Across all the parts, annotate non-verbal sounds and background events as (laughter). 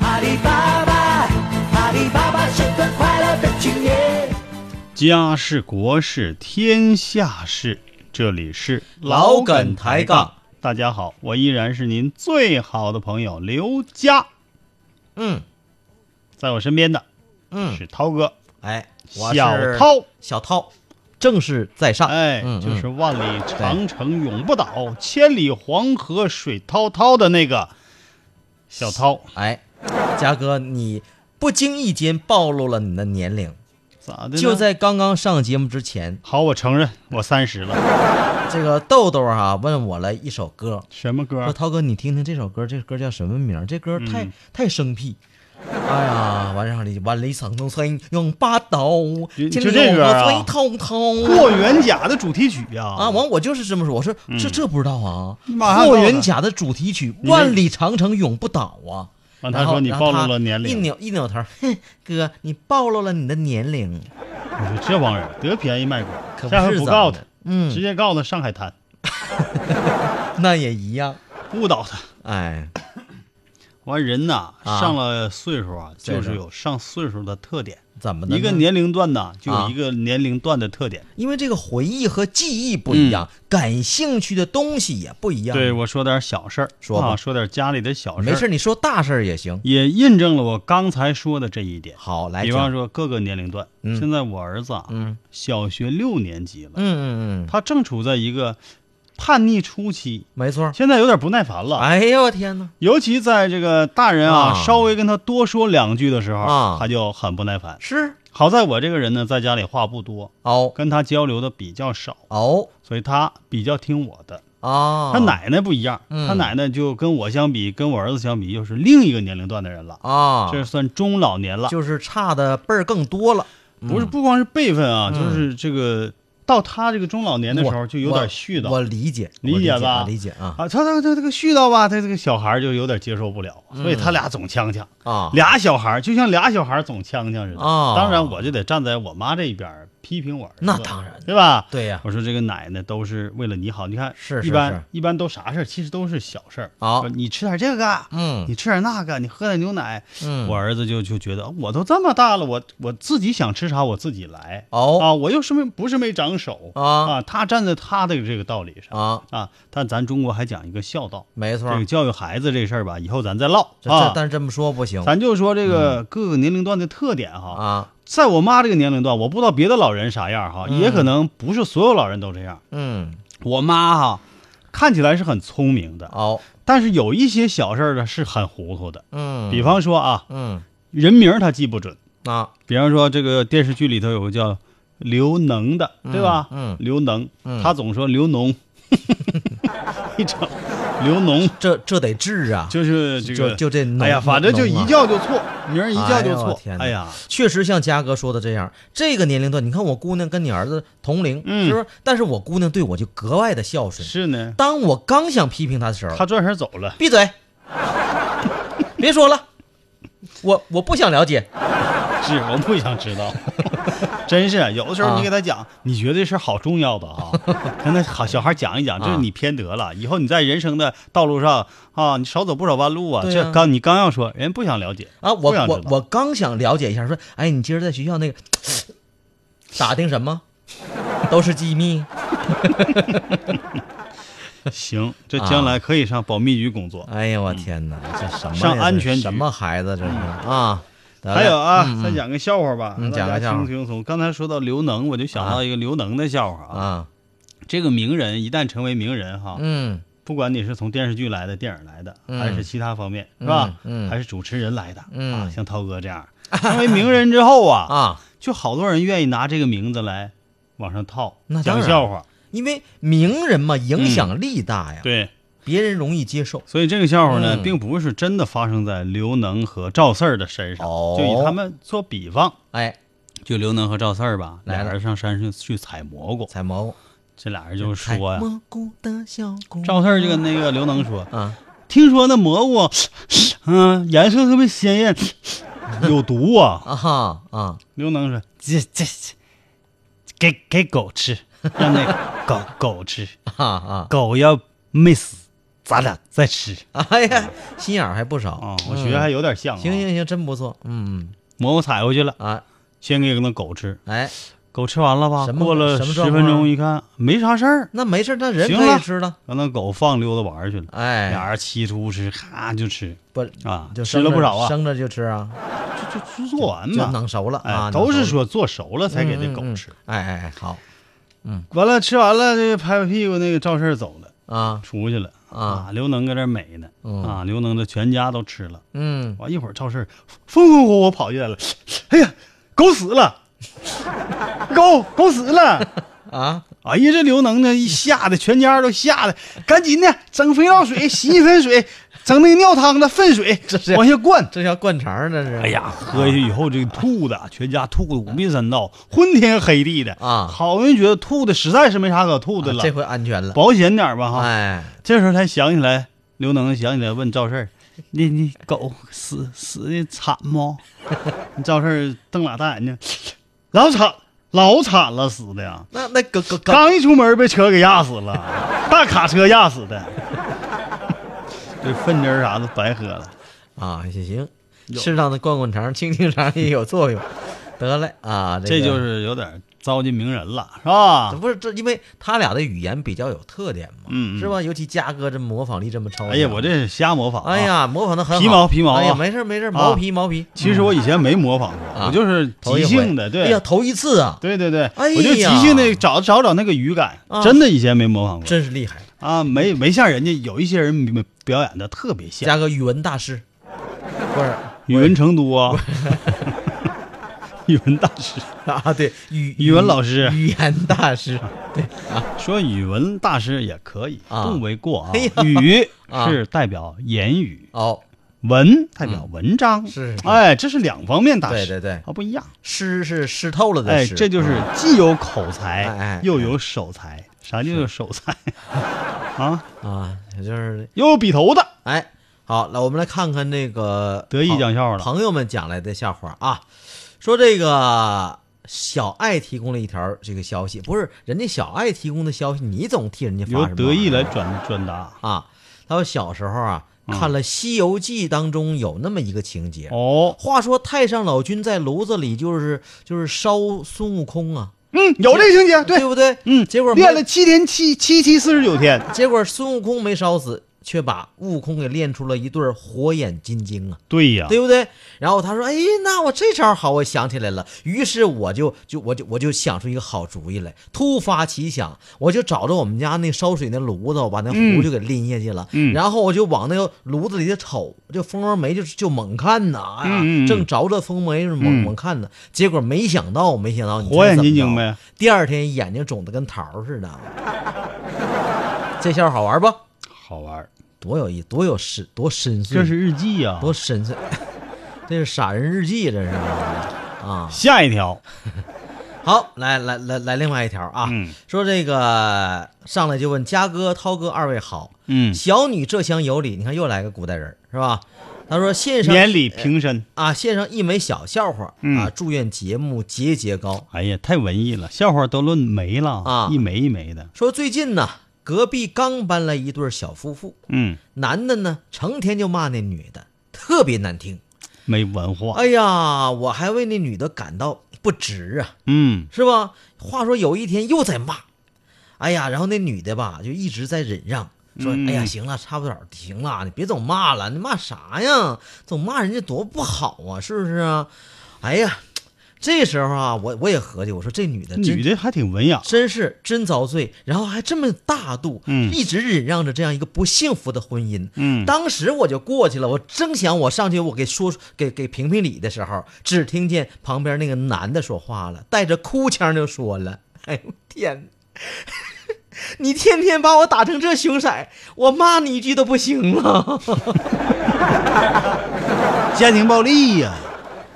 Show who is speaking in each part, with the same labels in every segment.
Speaker 1: 阿里巴巴，阿里巴巴是个快乐的青年。
Speaker 2: 家事国事天下事，这里是
Speaker 3: 老梗抬杠。
Speaker 2: 大家好，我依然是您最好的朋友刘佳，
Speaker 3: 嗯
Speaker 2: 在我身边的
Speaker 3: 嗯，
Speaker 2: 是涛哥，
Speaker 3: 哎，我
Speaker 2: 小
Speaker 3: 是
Speaker 2: 涛，
Speaker 3: 小涛，正式在上。
Speaker 2: 哎，
Speaker 3: 嗯
Speaker 2: 就是
Speaker 3: 嗯
Speaker 2: 万里长城永不倒，千里黄河水滔滔的那个小涛，
Speaker 3: 哎，嘉哥，你不经意间暴露了你的年龄。
Speaker 2: 咋的呢？
Speaker 3: 就在刚刚上节目之前，
Speaker 2: 好，我承认我三十了。
Speaker 3: 这个豆豆哈、问我了一首歌，
Speaker 2: 什么歌
Speaker 3: 说？涛哥你听听这首歌，这歌叫什么名儿？这歌太、
Speaker 2: 嗯
Speaker 3: 太生僻。哎呀，晚上里万里长城永用八刀，千
Speaker 2: 就就
Speaker 3: 里
Speaker 2: 这
Speaker 3: 有
Speaker 2: 歌啊
Speaker 3: 我最滔滔。
Speaker 2: 霍元甲的主题曲呀！
Speaker 3: 啊，完我就是这么说，我说
Speaker 2: 嗯
Speaker 3: 这这不知道啊
Speaker 2: 马，上
Speaker 3: 霍
Speaker 2: 到
Speaker 3: 元
Speaker 2: 了
Speaker 3: 甲的主题曲《
Speaker 2: 这
Speaker 3: 万里长城永不倒》啊。
Speaker 2: 完，他
Speaker 3: 然后
Speaker 2: 说你
Speaker 3: 然
Speaker 2: 暴
Speaker 3: 后
Speaker 2: 露
Speaker 3: 他
Speaker 2: 了年
Speaker 3: 一
Speaker 2: 龄，
Speaker 3: 扭一扭头，哼，哥，你暴露了你的年龄，
Speaker 2: 我说这帮人得便宜卖
Speaker 3: 可不
Speaker 2: 乖，下回
Speaker 3: 是
Speaker 2: 不
Speaker 3: 咱
Speaker 2: 告
Speaker 3: 们
Speaker 2: 他
Speaker 3: 的，嗯
Speaker 2: 直接告他上海滩，
Speaker 3: 那也一样。
Speaker 2: 误导他。
Speaker 3: 哎，
Speaker 2: 完人呐，
Speaker 3: 啊
Speaker 2: 上了岁数啊，
Speaker 3: 岁
Speaker 2: 就
Speaker 3: 数
Speaker 2: 是有上岁数的特点，
Speaker 3: 怎么的呢？
Speaker 2: 一个年龄段呐，就
Speaker 3: 啊
Speaker 2: 有一个年龄段的特点。
Speaker 3: 因为这个回忆和记忆不一样，感兴趣的东西也不一样。
Speaker 2: 嗯对，我说点小事儿，
Speaker 3: 说吧
Speaker 2: 啊，说点家里的小事
Speaker 3: 没
Speaker 2: 儿，
Speaker 3: 事，你说大事儿也行。
Speaker 2: 也印证了我刚才说的这一点。
Speaker 3: 好，来
Speaker 2: 比
Speaker 3: 讲，
Speaker 2: 方说各个年龄段，
Speaker 3: 嗯
Speaker 2: 现在我儿子啊，
Speaker 3: 嗯
Speaker 2: 小学六年级了，
Speaker 3: 嗯嗯嗯，
Speaker 2: 他正处在一个叛逆初期，
Speaker 3: 没错。
Speaker 2: 现在有点不耐烦了。
Speaker 3: 哎呦我天哪，
Speaker 2: 尤其在这个大人啊
Speaker 3: 啊
Speaker 2: 稍微跟他多说两句的时候，
Speaker 3: 啊
Speaker 2: 他就很不耐烦。
Speaker 3: 是
Speaker 2: 好在我这个人呢，在家里话不多，
Speaker 3: 哦
Speaker 2: 跟他交流的比较少，
Speaker 3: 哦
Speaker 2: 所以他比较听我的。
Speaker 3: 啊，
Speaker 2: 他奶奶不一样，
Speaker 3: 嗯
Speaker 2: 他奶奶就跟我相比，跟我儿子相比，又是另一个年龄段的人了，
Speaker 3: 啊，
Speaker 2: 这算中老年了。
Speaker 3: 就是差的辈儿更多了。
Speaker 2: 不是不光是辈分啊，
Speaker 3: 嗯
Speaker 2: 就是这个到他这个中老年哎的时候
Speaker 3: 我
Speaker 2: 就有点絮
Speaker 3: 我我
Speaker 2: 叨
Speaker 3: 理解，我
Speaker 2: 理
Speaker 3: 理
Speaker 2: 解
Speaker 3: 解
Speaker 2: 吧
Speaker 3: 理解啊
Speaker 2: 啊，他他他这个絮叨吧，他这个小孩就有点接受不了，
Speaker 3: 嗯
Speaker 2: 所以他俩总呛呛。
Speaker 3: 啊，
Speaker 2: 俩小孩儿就像俩小孩儿总呛呛似的。
Speaker 3: 啊
Speaker 2: 当然，我就得站在我妈这一边儿批评我儿子。
Speaker 3: 那当然
Speaker 2: 对吧？
Speaker 3: 对呀
Speaker 2: 我说这个奶奶都是为了你好，你看
Speaker 3: 是是
Speaker 2: 一
Speaker 3: 是
Speaker 2: 般一般都啥事儿，其实都是小事儿。
Speaker 3: 好
Speaker 2: 说你吃点这个，
Speaker 3: 嗯
Speaker 2: 你吃点那个，你喝点牛奶。
Speaker 3: 嗯
Speaker 2: 我儿子就就觉得我都这么大了，我我自己想吃啥我自己来。
Speaker 3: 哦
Speaker 2: 啊，我又是没不是没长手
Speaker 3: 啊
Speaker 2: 他站在他的这个道理上
Speaker 3: 啊，
Speaker 2: 啊，但咱中国还讲一个孝道，
Speaker 3: 没错
Speaker 2: 这个教育孩子这事儿吧，以后咱再唠
Speaker 3: 这
Speaker 2: 啊
Speaker 3: 这。但是这么说不行
Speaker 2: 咱就说这个各个年龄段的特点哈，
Speaker 3: 嗯啊，
Speaker 2: 在我妈这个年龄段，我不知道别的老人啥样哈，也可能不是所有老人都这样。
Speaker 3: 嗯，
Speaker 2: 我妈哈，看起来是很聪明的，
Speaker 3: 哦，
Speaker 2: 但是有一些小事儿呢是很糊涂的。
Speaker 3: 嗯，
Speaker 2: 比方说啊，
Speaker 3: 嗯
Speaker 2: 人名儿她记不准，
Speaker 3: 啊，
Speaker 2: 比方说这个电视剧里头有个叫刘能的，对吧？
Speaker 3: 嗯
Speaker 2: 刘能
Speaker 3: 嗯，
Speaker 2: 她总说刘农， (laughs) 一整刘农。
Speaker 3: 这这得治啊，
Speaker 2: 就是这个，
Speaker 3: 就就这农
Speaker 2: 哎呀，反正就
Speaker 3: 农啊
Speaker 2: 一叫就错，名儿一叫
Speaker 3: 哎
Speaker 2: 就
Speaker 3: 呦我
Speaker 2: 错
Speaker 3: 天。哪
Speaker 2: 哎呀，
Speaker 3: 确实像嘉哥说的这样，这个年龄段，你看我姑娘跟你儿子同龄，
Speaker 2: 嗯
Speaker 3: 是不是？但是我姑娘对我就格外的孝顺。
Speaker 2: 是呢，
Speaker 3: 当我刚想批评她的时候，
Speaker 2: 他转身走了。
Speaker 3: 闭嘴，别说了，我我不想了解。
Speaker 2: 是，我不想知
Speaker 3: (laughs)
Speaker 2: 道。真是，啊有的时候你给他讲，你觉得这事儿好重要的啊，
Speaker 3: (laughs)
Speaker 2: 跟他好小孩讲一讲，这
Speaker 3: 啊
Speaker 2: 是你偏得了。以后你在人生的道路上啊，你少走不少弯路啊。
Speaker 3: 对啊
Speaker 2: 这刚你刚要说，人不想了解
Speaker 3: 啊，我
Speaker 2: 不想
Speaker 3: 我
Speaker 2: 知道
Speaker 3: 我刚想了解一下，说，哎，你今儿在学校那个打听什么？都是机密。
Speaker 2: 行，这
Speaker 3: 啊
Speaker 2: 将来可以上保密局工作。
Speaker 3: 哎呀，我天哪，这什么呀
Speaker 2: 上安全
Speaker 3: 这
Speaker 2: 局嗯
Speaker 3: 什么孩子这是啊？得
Speaker 2: 还有
Speaker 3: 嘞
Speaker 2: 啊，再讲个笑话吧，
Speaker 3: 嗯
Speaker 2: 大
Speaker 3: 讲
Speaker 2: 家
Speaker 3: 个笑话
Speaker 2: 轻轻松。刚才说到刘能，我就想到一个刘能的笑话啊。
Speaker 3: 啊，
Speaker 2: 这个名人一旦成为名人哈，
Speaker 3: 嗯
Speaker 2: 不管你是从电视剧来的、电影来的，
Speaker 3: 嗯
Speaker 2: 还是其他方面，是吧？
Speaker 3: 嗯嗯
Speaker 2: 还是主持人来的，
Speaker 3: 嗯
Speaker 2: 啊，像涛哥
Speaker 3: (laughs)
Speaker 2: 这样，成为名人之后啊，
Speaker 3: 啊，
Speaker 2: 就好多人愿意拿这个名字来往上套
Speaker 3: 那，当
Speaker 2: 讲
Speaker 3: 然
Speaker 2: 笑话。
Speaker 3: 因为名人嘛，影响力大呀。
Speaker 2: 嗯对，
Speaker 3: 别人容易接受。
Speaker 2: 所以这个笑话呢，
Speaker 3: 嗯
Speaker 2: 并不是真的发生在刘能和赵四儿的身上，
Speaker 3: 哦
Speaker 2: 就以他们做比方，
Speaker 3: 哎，
Speaker 2: 就刘能和赵四儿吧，
Speaker 3: 来了
Speaker 2: 俩人上山去去采蘑菇，
Speaker 3: 采蘑菇，
Speaker 2: 这俩人就说呀
Speaker 3: 采，蘑菇的小姑
Speaker 2: 赵四儿就跟那个刘能说，
Speaker 3: 啊，
Speaker 2: 听说那蘑菇，嗯、颜色特别鲜艳，有毒啊。
Speaker 3: 啊哈啊，
Speaker 2: 刘能说，这这这，给给狗吃，让那 (laughs) 个狗狗吃，
Speaker 3: 啊哈啊，
Speaker 2: 狗要没死，咱俩再吃
Speaker 3: 哎呀，心眼儿还不少
Speaker 2: 啊、我学还
Speaker 3: 嗯
Speaker 2: 有点像、啊
Speaker 3: 行，行行，真不错，嗯
Speaker 2: 蘑菇采回去了，
Speaker 3: 啊，
Speaker 2: 先给那狗吃。
Speaker 3: 哎，
Speaker 2: 狗吃完了吧？
Speaker 3: 什么
Speaker 2: 过了
Speaker 3: 什么
Speaker 2: 十
Speaker 3: 状况
Speaker 2: 分钟，一看没啥事儿，
Speaker 3: 那没事，那人
Speaker 2: 行
Speaker 3: 可
Speaker 2: 了
Speaker 3: 以吃了，
Speaker 2: 让那狗放溜达玩儿去了。俩
Speaker 3: 哎，
Speaker 2: 人七出吃，咔就吃
Speaker 3: 不
Speaker 2: 啊，
Speaker 3: 就
Speaker 2: 吃
Speaker 3: 生
Speaker 2: 了
Speaker 3: 着
Speaker 2: 不少啊，
Speaker 3: 生着就吃啊，
Speaker 2: 就做完
Speaker 3: 就
Speaker 2: 嘛。
Speaker 3: 弄熟了啊，
Speaker 2: 哎，都是
Speaker 3: 弄熟了
Speaker 2: 说做熟了才给这狗吃。
Speaker 3: 嗯嗯嗯哎哎哎，好
Speaker 2: 完了，吃完了，这拍拍屁股，那个赵四儿走了，
Speaker 3: 啊，
Speaker 2: 出去了
Speaker 3: 啊。
Speaker 2: 刘能搁这美呢
Speaker 3: 嗯
Speaker 2: 啊，刘能的全家都吃了。
Speaker 3: 嗯，
Speaker 2: 完一会儿，赵四儿风风火火跑进来了， (sniffs) 哎呀，狗死了， (laughs) 狗狗死了。
Speaker 3: 啊，
Speaker 2: 哎呀，这刘能呢，一吓得全家都吓得，赶紧的整肥皂水、 (laughs) 洗衣粉水，整那个尿汤的粪水
Speaker 3: 这是啊
Speaker 2: 往下灌。
Speaker 3: 这叫灌肠儿，这是。
Speaker 2: 哎呀，喝下去以后，这个吐的全家吐的五迷三道，昏天黑地的
Speaker 3: 啊
Speaker 2: 好容易觉得吐的实在是没啥可吐的
Speaker 3: 啊
Speaker 2: 了，
Speaker 3: 这回安全了。
Speaker 2: 保险点儿吧哈。
Speaker 3: 哎，
Speaker 2: 这时候才想起来，刘能想起来问赵
Speaker 3: (laughs)
Speaker 2: 四儿：“那那狗死死的惨不？” (laughs) 赵四儿瞪俩大眼睛，老惨老惨了，死的呀。
Speaker 3: 那那狗狗狗
Speaker 2: 刚一出门被车给压死
Speaker 3: (laughs)
Speaker 2: 了，大卡车压死的。这粪汁儿啥的白喝了。
Speaker 3: 啊，也行，适当的灌灌肠儿、清清肠儿也有作
Speaker 2: (laughs)
Speaker 3: 用。得嘞啊，
Speaker 2: 这
Speaker 3: 个
Speaker 2: 就是有点糟践名人了，是吧？
Speaker 3: 不是这，因为他俩的语言比较有特点嘛，
Speaker 2: 嗯嗯
Speaker 3: 是吧？尤其嘉哥这模仿力这么超，
Speaker 2: 哎呀，我这，是瞎模仿、啊。
Speaker 3: 哎，呀，模仿的很好，
Speaker 2: 皮毛皮毛啊
Speaker 3: 哎呀，没事儿没事儿，毛皮毛皮，
Speaker 2: 其实我以前没模仿过，
Speaker 3: 啊
Speaker 2: 我就是
Speaker 3: 头
Speaker 2: 即
Speaker 3: 一回
Speaker 2: 兴的，对，
Speaker 3: 哎呀，头一次啊，
Speaker 2: 对对对，
Speaker 3: 哎呀
Speaker 2: 我就即兴的找找找那个语感，
Speaker 3: 啊
Speaker 2: 真的以前没模仿过
Speaker 3: 真是厉害，
Speaker 2: 啊，没没像人家有一些人没表演的特别像，
Speaker 3: 嘉哥语文大
Speaker 2: (laughs)
Speaker 3: 师，不是
Speaker 2: 语文成都啊，语文大师。
Speaker 3: 啊，对语
Speaker 2: 语文老师
Speaker 3: 语言大师，
Speaker 2: (laughs)
Speaker 3: 对啊，
Speaker 2: 说语文大师也可以，
Speaker 3: 啊
Speaker 2: 不为过啊
Speaker 3: 哎呀。
Speaker 2: 语
Speaker 3: 啊
Speaker 2: 是代表言语，
Speaker 3: 哦，
Speaker 2: 文代表文章，
Speaker 3: 是是是
Speaker 2: 哎，这是两方面大
Speaker 3: 对
Speaker 2: 师，
Speaker 3: 对对
Speaker 2: 啊，不一样。
Speaker 3: 湿是湿透了的
Speaker 2: 哎，
Speaker 3: 湿，
Speaker 2: 这就是既有口才，
Speaker 3: 哎哎
Speaker 2: 又有手才。啥叫做手才 (laughs) 啊？
Speaker 3: 啊，也就是
Speaker 2: 又有笔头的，
Speaker 3: 哎，好，那我们来看看那个
Speaker 2: 得意讲笑话了
Speaker 3: 朋友们讲来的笑话啊，说这个小爱提供了一条这个消息，不是人家小爱提供的消息，你总替人家发
Speaker 2: 由
Speaker 3: 什么
Speaker 2: 得意来
Speaker 3: 玩意啊
Speaker 2: 转转达。
Speaker 3: 儿啊？他说小时候啊，看了《西游记》当中有那么一个情节。
Speaker 2: 嗯哦，
Speaker 3: 话说太上老君在炉子里就是就是烧孙悟空啊，
Speaker 2: 嗯，有这个情节，对，
Speaker 3: 不对？
Speaker 2: 嗯，
Speaker 3: 结果没
Speaker 2: 练了七天七七七四十九天，
Speaker 3: 结果孙悟空没烧死，却把悟空给练出了一对儿火眼金睛啊。
Speaker 2: 对呀，
Speaker 3: 对不对？然后他说：“哎，那我这招好，我想起来了。”于是我就就我就我就想出一个好主意来，突发奇想，我就找着我们家那烧水那炉子，我把那壶就给拎下去了。
Speaker 2: 嗯
Speaker 3: 然后我就往那个炉子里就瞅，这蜂窝煤就就猛看呐，哎呀，
Speaker 2: 嗯嗯嗯
Speaker 3: 正着着蜂煤是猛、
Speaker 2: 嗯
Speaker 3: 猛看呢。结果没想到，没想到你
Speaker 2: 火眼金睛
Speaker 3: 呗。
Speaker 2: 呗。
Speaker 3: 第二天眼睛肿得跟桃儿似的。 (laughs) 这笑话好玩不？
Speaker 2: 好玩儿，嗯
Speaker 3: 多有意，多有深，多深邃。啊
Speaker 2: 这是日记呀。
Speaker 3: 多深邃， (laughs) 这是傻人日记，这是啊。
Speaker 2: 下一条，
Speaker 3: 好，来来来来，另外一条啊，
Speaker 2: 嗯
Speaker 3: 说这个上来就问嘉哥、涛哥二位好，
Speaker 2: (laughs) 嗯，
Speaker 3: 小女这厢有礼，你看又来个古代人儿是吧？他说献上
Speaker 2: 免礼平身。
Speaker 3: 啊，献上一枚小笑话、啊，
Speaker 2: 嗯
Speaker 3: 祝愿节目节节高。
Speaker 2: 哎呀，太文艺了，笑话都论没了
Speaker 3: 啊
Speaker 2: 一枚一枚的。
Speaker 3: 说最近呢，隔壁刚搬来一对小夫妇，
Speaker 2: 嗯，
Speaker 3: 男的呢成天就骂那女的，特别难听。
Speaker 2: 没文化。
Speaker 3: 哎呀，我还为那女的感到不值啊。
Speaker 2: 嗯，
Speaker 3: 是吧？话说有一天又在骂，哎呀，然后那女的吧就一直在忍让，说：“
Speaker 2: 嗯
Speaker 3: 哎呀，行了，差不多了行了，啊你别总骂了，你骂啥呀？总骂人家多不好啊，是不是啊？”哎呀，这时候啊，我我也合计，我说这女的真
Speaker 2: 女的还挺文雅。
Speaker 3: 真是真遭罪，然后还这么大度，
Speaker 2: 嗯
Speaker 3: 一直忍让着这样一个不幸福的婚姻。
Speaker 2: 嗯
Speaker 3: 当时我就过去了，我正想我上去我给说给给评评理的时候，只听见旁 (laughs) 边那个男的说话了，带着哭腔就说了：“哎呦天，你天天把我打成这熊色，我骂你一句都不行了。
Speaker 2: 家庭暴力呀、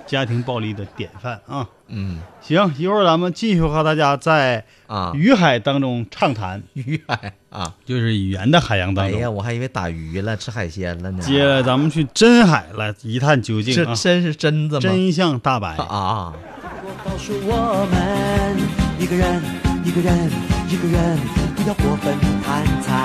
Speaker 2: 家庭暴力的典范啊！
Speaker 3: 嗯
Speaker 2: 行，一会儿咱们继续和大家在
Speaker 3: 啊，
Speaker 2: 语海当中畅谈，
Speaker 3: (laughs) 鱼海啊，
Speaker 2: 就是语言的海洋
Speaker 3: 哎
Speaker 2: 当
Speaker 3: 呀，
Speaker 2: 中。
Speaker 3: 我还以为打鱼了，吃海鲜了呢。
Speaker 2: 接啊下来咱们去真海来一探究竟
Speaker 3: 这
Speaker 2: 啊！
Speaker 3: 真是真的吗？
Speaker 2: 真相大白
Speaker 3: 啊，啊！
Speaker 1: 告诉我们，一个人，一个人，一个人，不要过分贪财。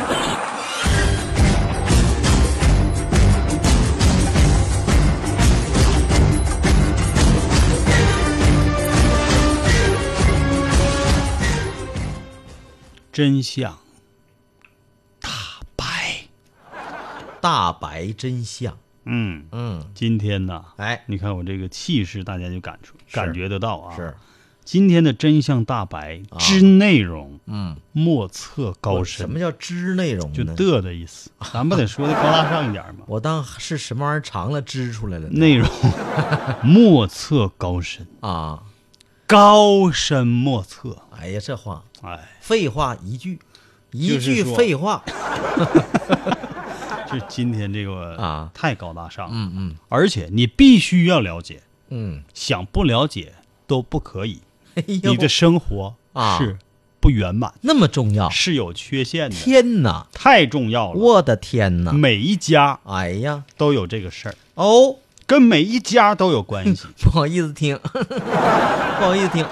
Speaker 2: 真相大白。
Speaker 3: 大白真相，
Speaker 2: 嗯，
Speaker 3: 嗯，
Speaker 2: 今天呢，
Speaker 3: 哎，
Speaker 2: 你看我这个气势，大家就感触感觉得到啊。
Speaker 3: 是，
Speaker 2: 今天的真相大白之内容，
Speaker 3: 嗯，
Speaker 2: 莫测高深。
Speaker 3: 什么叫知内容
Speaker 2: 就
Speaker 3: 呢？？
Speaker 2: 的的意 (laughs) 思，咱不得说的高大上一点吗 (laughs)
Speaker 3: 我当是什么玩意儿尝了知出来了呢
Speaker 2: 内 (laughs) 容莫测高深，
Speaker 3: 啊！
Speaker 2: 高深莫测。
Speaker 3: 哎呀，这话
Speaker 2: 哎，
Speaker 3: 废话一句，一
Speaker 2: 就是
Speaker 3: 句
Speaker 2: 说
Speaker 3: 废话。
Speaker 2: 就今天这个
Speaker 3: 啊
Speaker 2: 太高大上了。
Speaker 3: 嗯嗯
Speaker 2: 而且你必须要了解，
Speaker 3: 嗯，
Speaker 2: 想不了解都不可以。
Speaker 3: 哎呦
Speaker 2: 你，的生活
Speaker 3: 啊
Speaker 2: 是不圆满，
Speaker 3: 那么重要！
Speaker 2: 是有缺陷的，
Speaker 3: 天哪，
Speaker 2: 太重要了。嗯
Speaker 3: 我的天哪！
Speaker 2: 每一家
Speaker 3: 哎呀，
Speaker 2: 都有这个事儿，
Speaker 3: 哦，
Speaker 2: 跟每一家都有关
Speaker 3: (laughs)
Speaker 2: 系，
Speaker 3: 不好意思听，不好意思听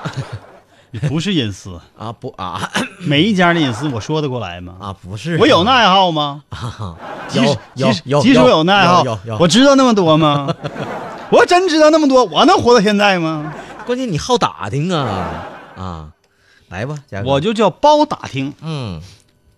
Speaker 2: 不是隐私。
Speaker 3: 啊，不啊
Speaker 2: 每一家的隐私，我说得过来吗？
Speaker 3: 啊，不是，
Speaker 2: 我有那爱好吗？
Speaker 3: (laughs)
Speaker 2: 即
Speaker 3: 有
Speaker 2: 使
Speaker 3: 有
Speaker 2: 即使
Speaker 3: 有，
Speaker 2: 即使我有那爱好
Speaker 3: 有有，
Speaker 2: 我知道那么
Speaker 3: (laughs)
Speaker 2: 多吗？我真知道那么多，我能活到现在吗？
Speaker 3: 关键你好打听啊啊，来吧，嘉哥，
Speaker 2: 我就叫包打听。
Speaker 3: 嗯，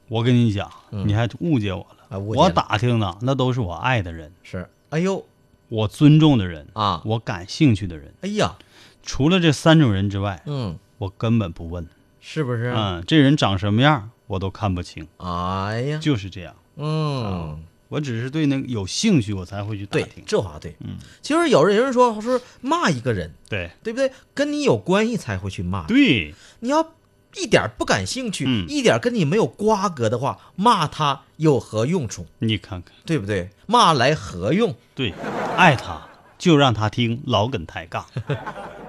Speaker 2: 我跟你讲，
Speaker 3: 嗯
Speaker 2: 你还误解我
Speaker 3: 啊
Speaker 2: 了。
Speaker 3: 误解了
Speaker 2: 我打听呢，那都是我爱的人，
Speaker 3: 是，哎呦，
Speaker 2: 我尊重的人
Speaker 3: 啊
Speaker 2: 我感兴趣的人。
Speaker 3: 哎呀，
Speaker 2: 除了这三种人之外，
Speaker 3: 嗯，
Speaker 2: 我根本不问。
Speaker 3: 是不是？啊
Speaker 2: 嗯，这人长什么样我都看不清，
Speaker 3: 哎呀，
Speaker 2: 就是啊这样。
Speaker 3: 嗯，
Speaker 2: 我只是对那个有兴趣，我才会去打
Speaker 3: 对
Speaker 2: 听，。
Speaker 3: 这话对，
Speaker 2: 嗯，
Speaker 3: 其实有人有人说说骂一个人，
Speaker 2: 对
Speaker 3: 对不对？跟你有关系才会去骂，
Speaker 2: 对，
Speaker 3: 你要一点不感兴趣，
Speaker 2: 嗯
Speaker 3: 一点跟你没有瓜葛的话，骂他有何用处？
Speaker 2: 你看看，
Speaker 3: 对不对？骂来何用？
Speaker 2: 对，爱他就让他听老梗抬
Speaker 3: (laughs)
Speaker 2: 杠，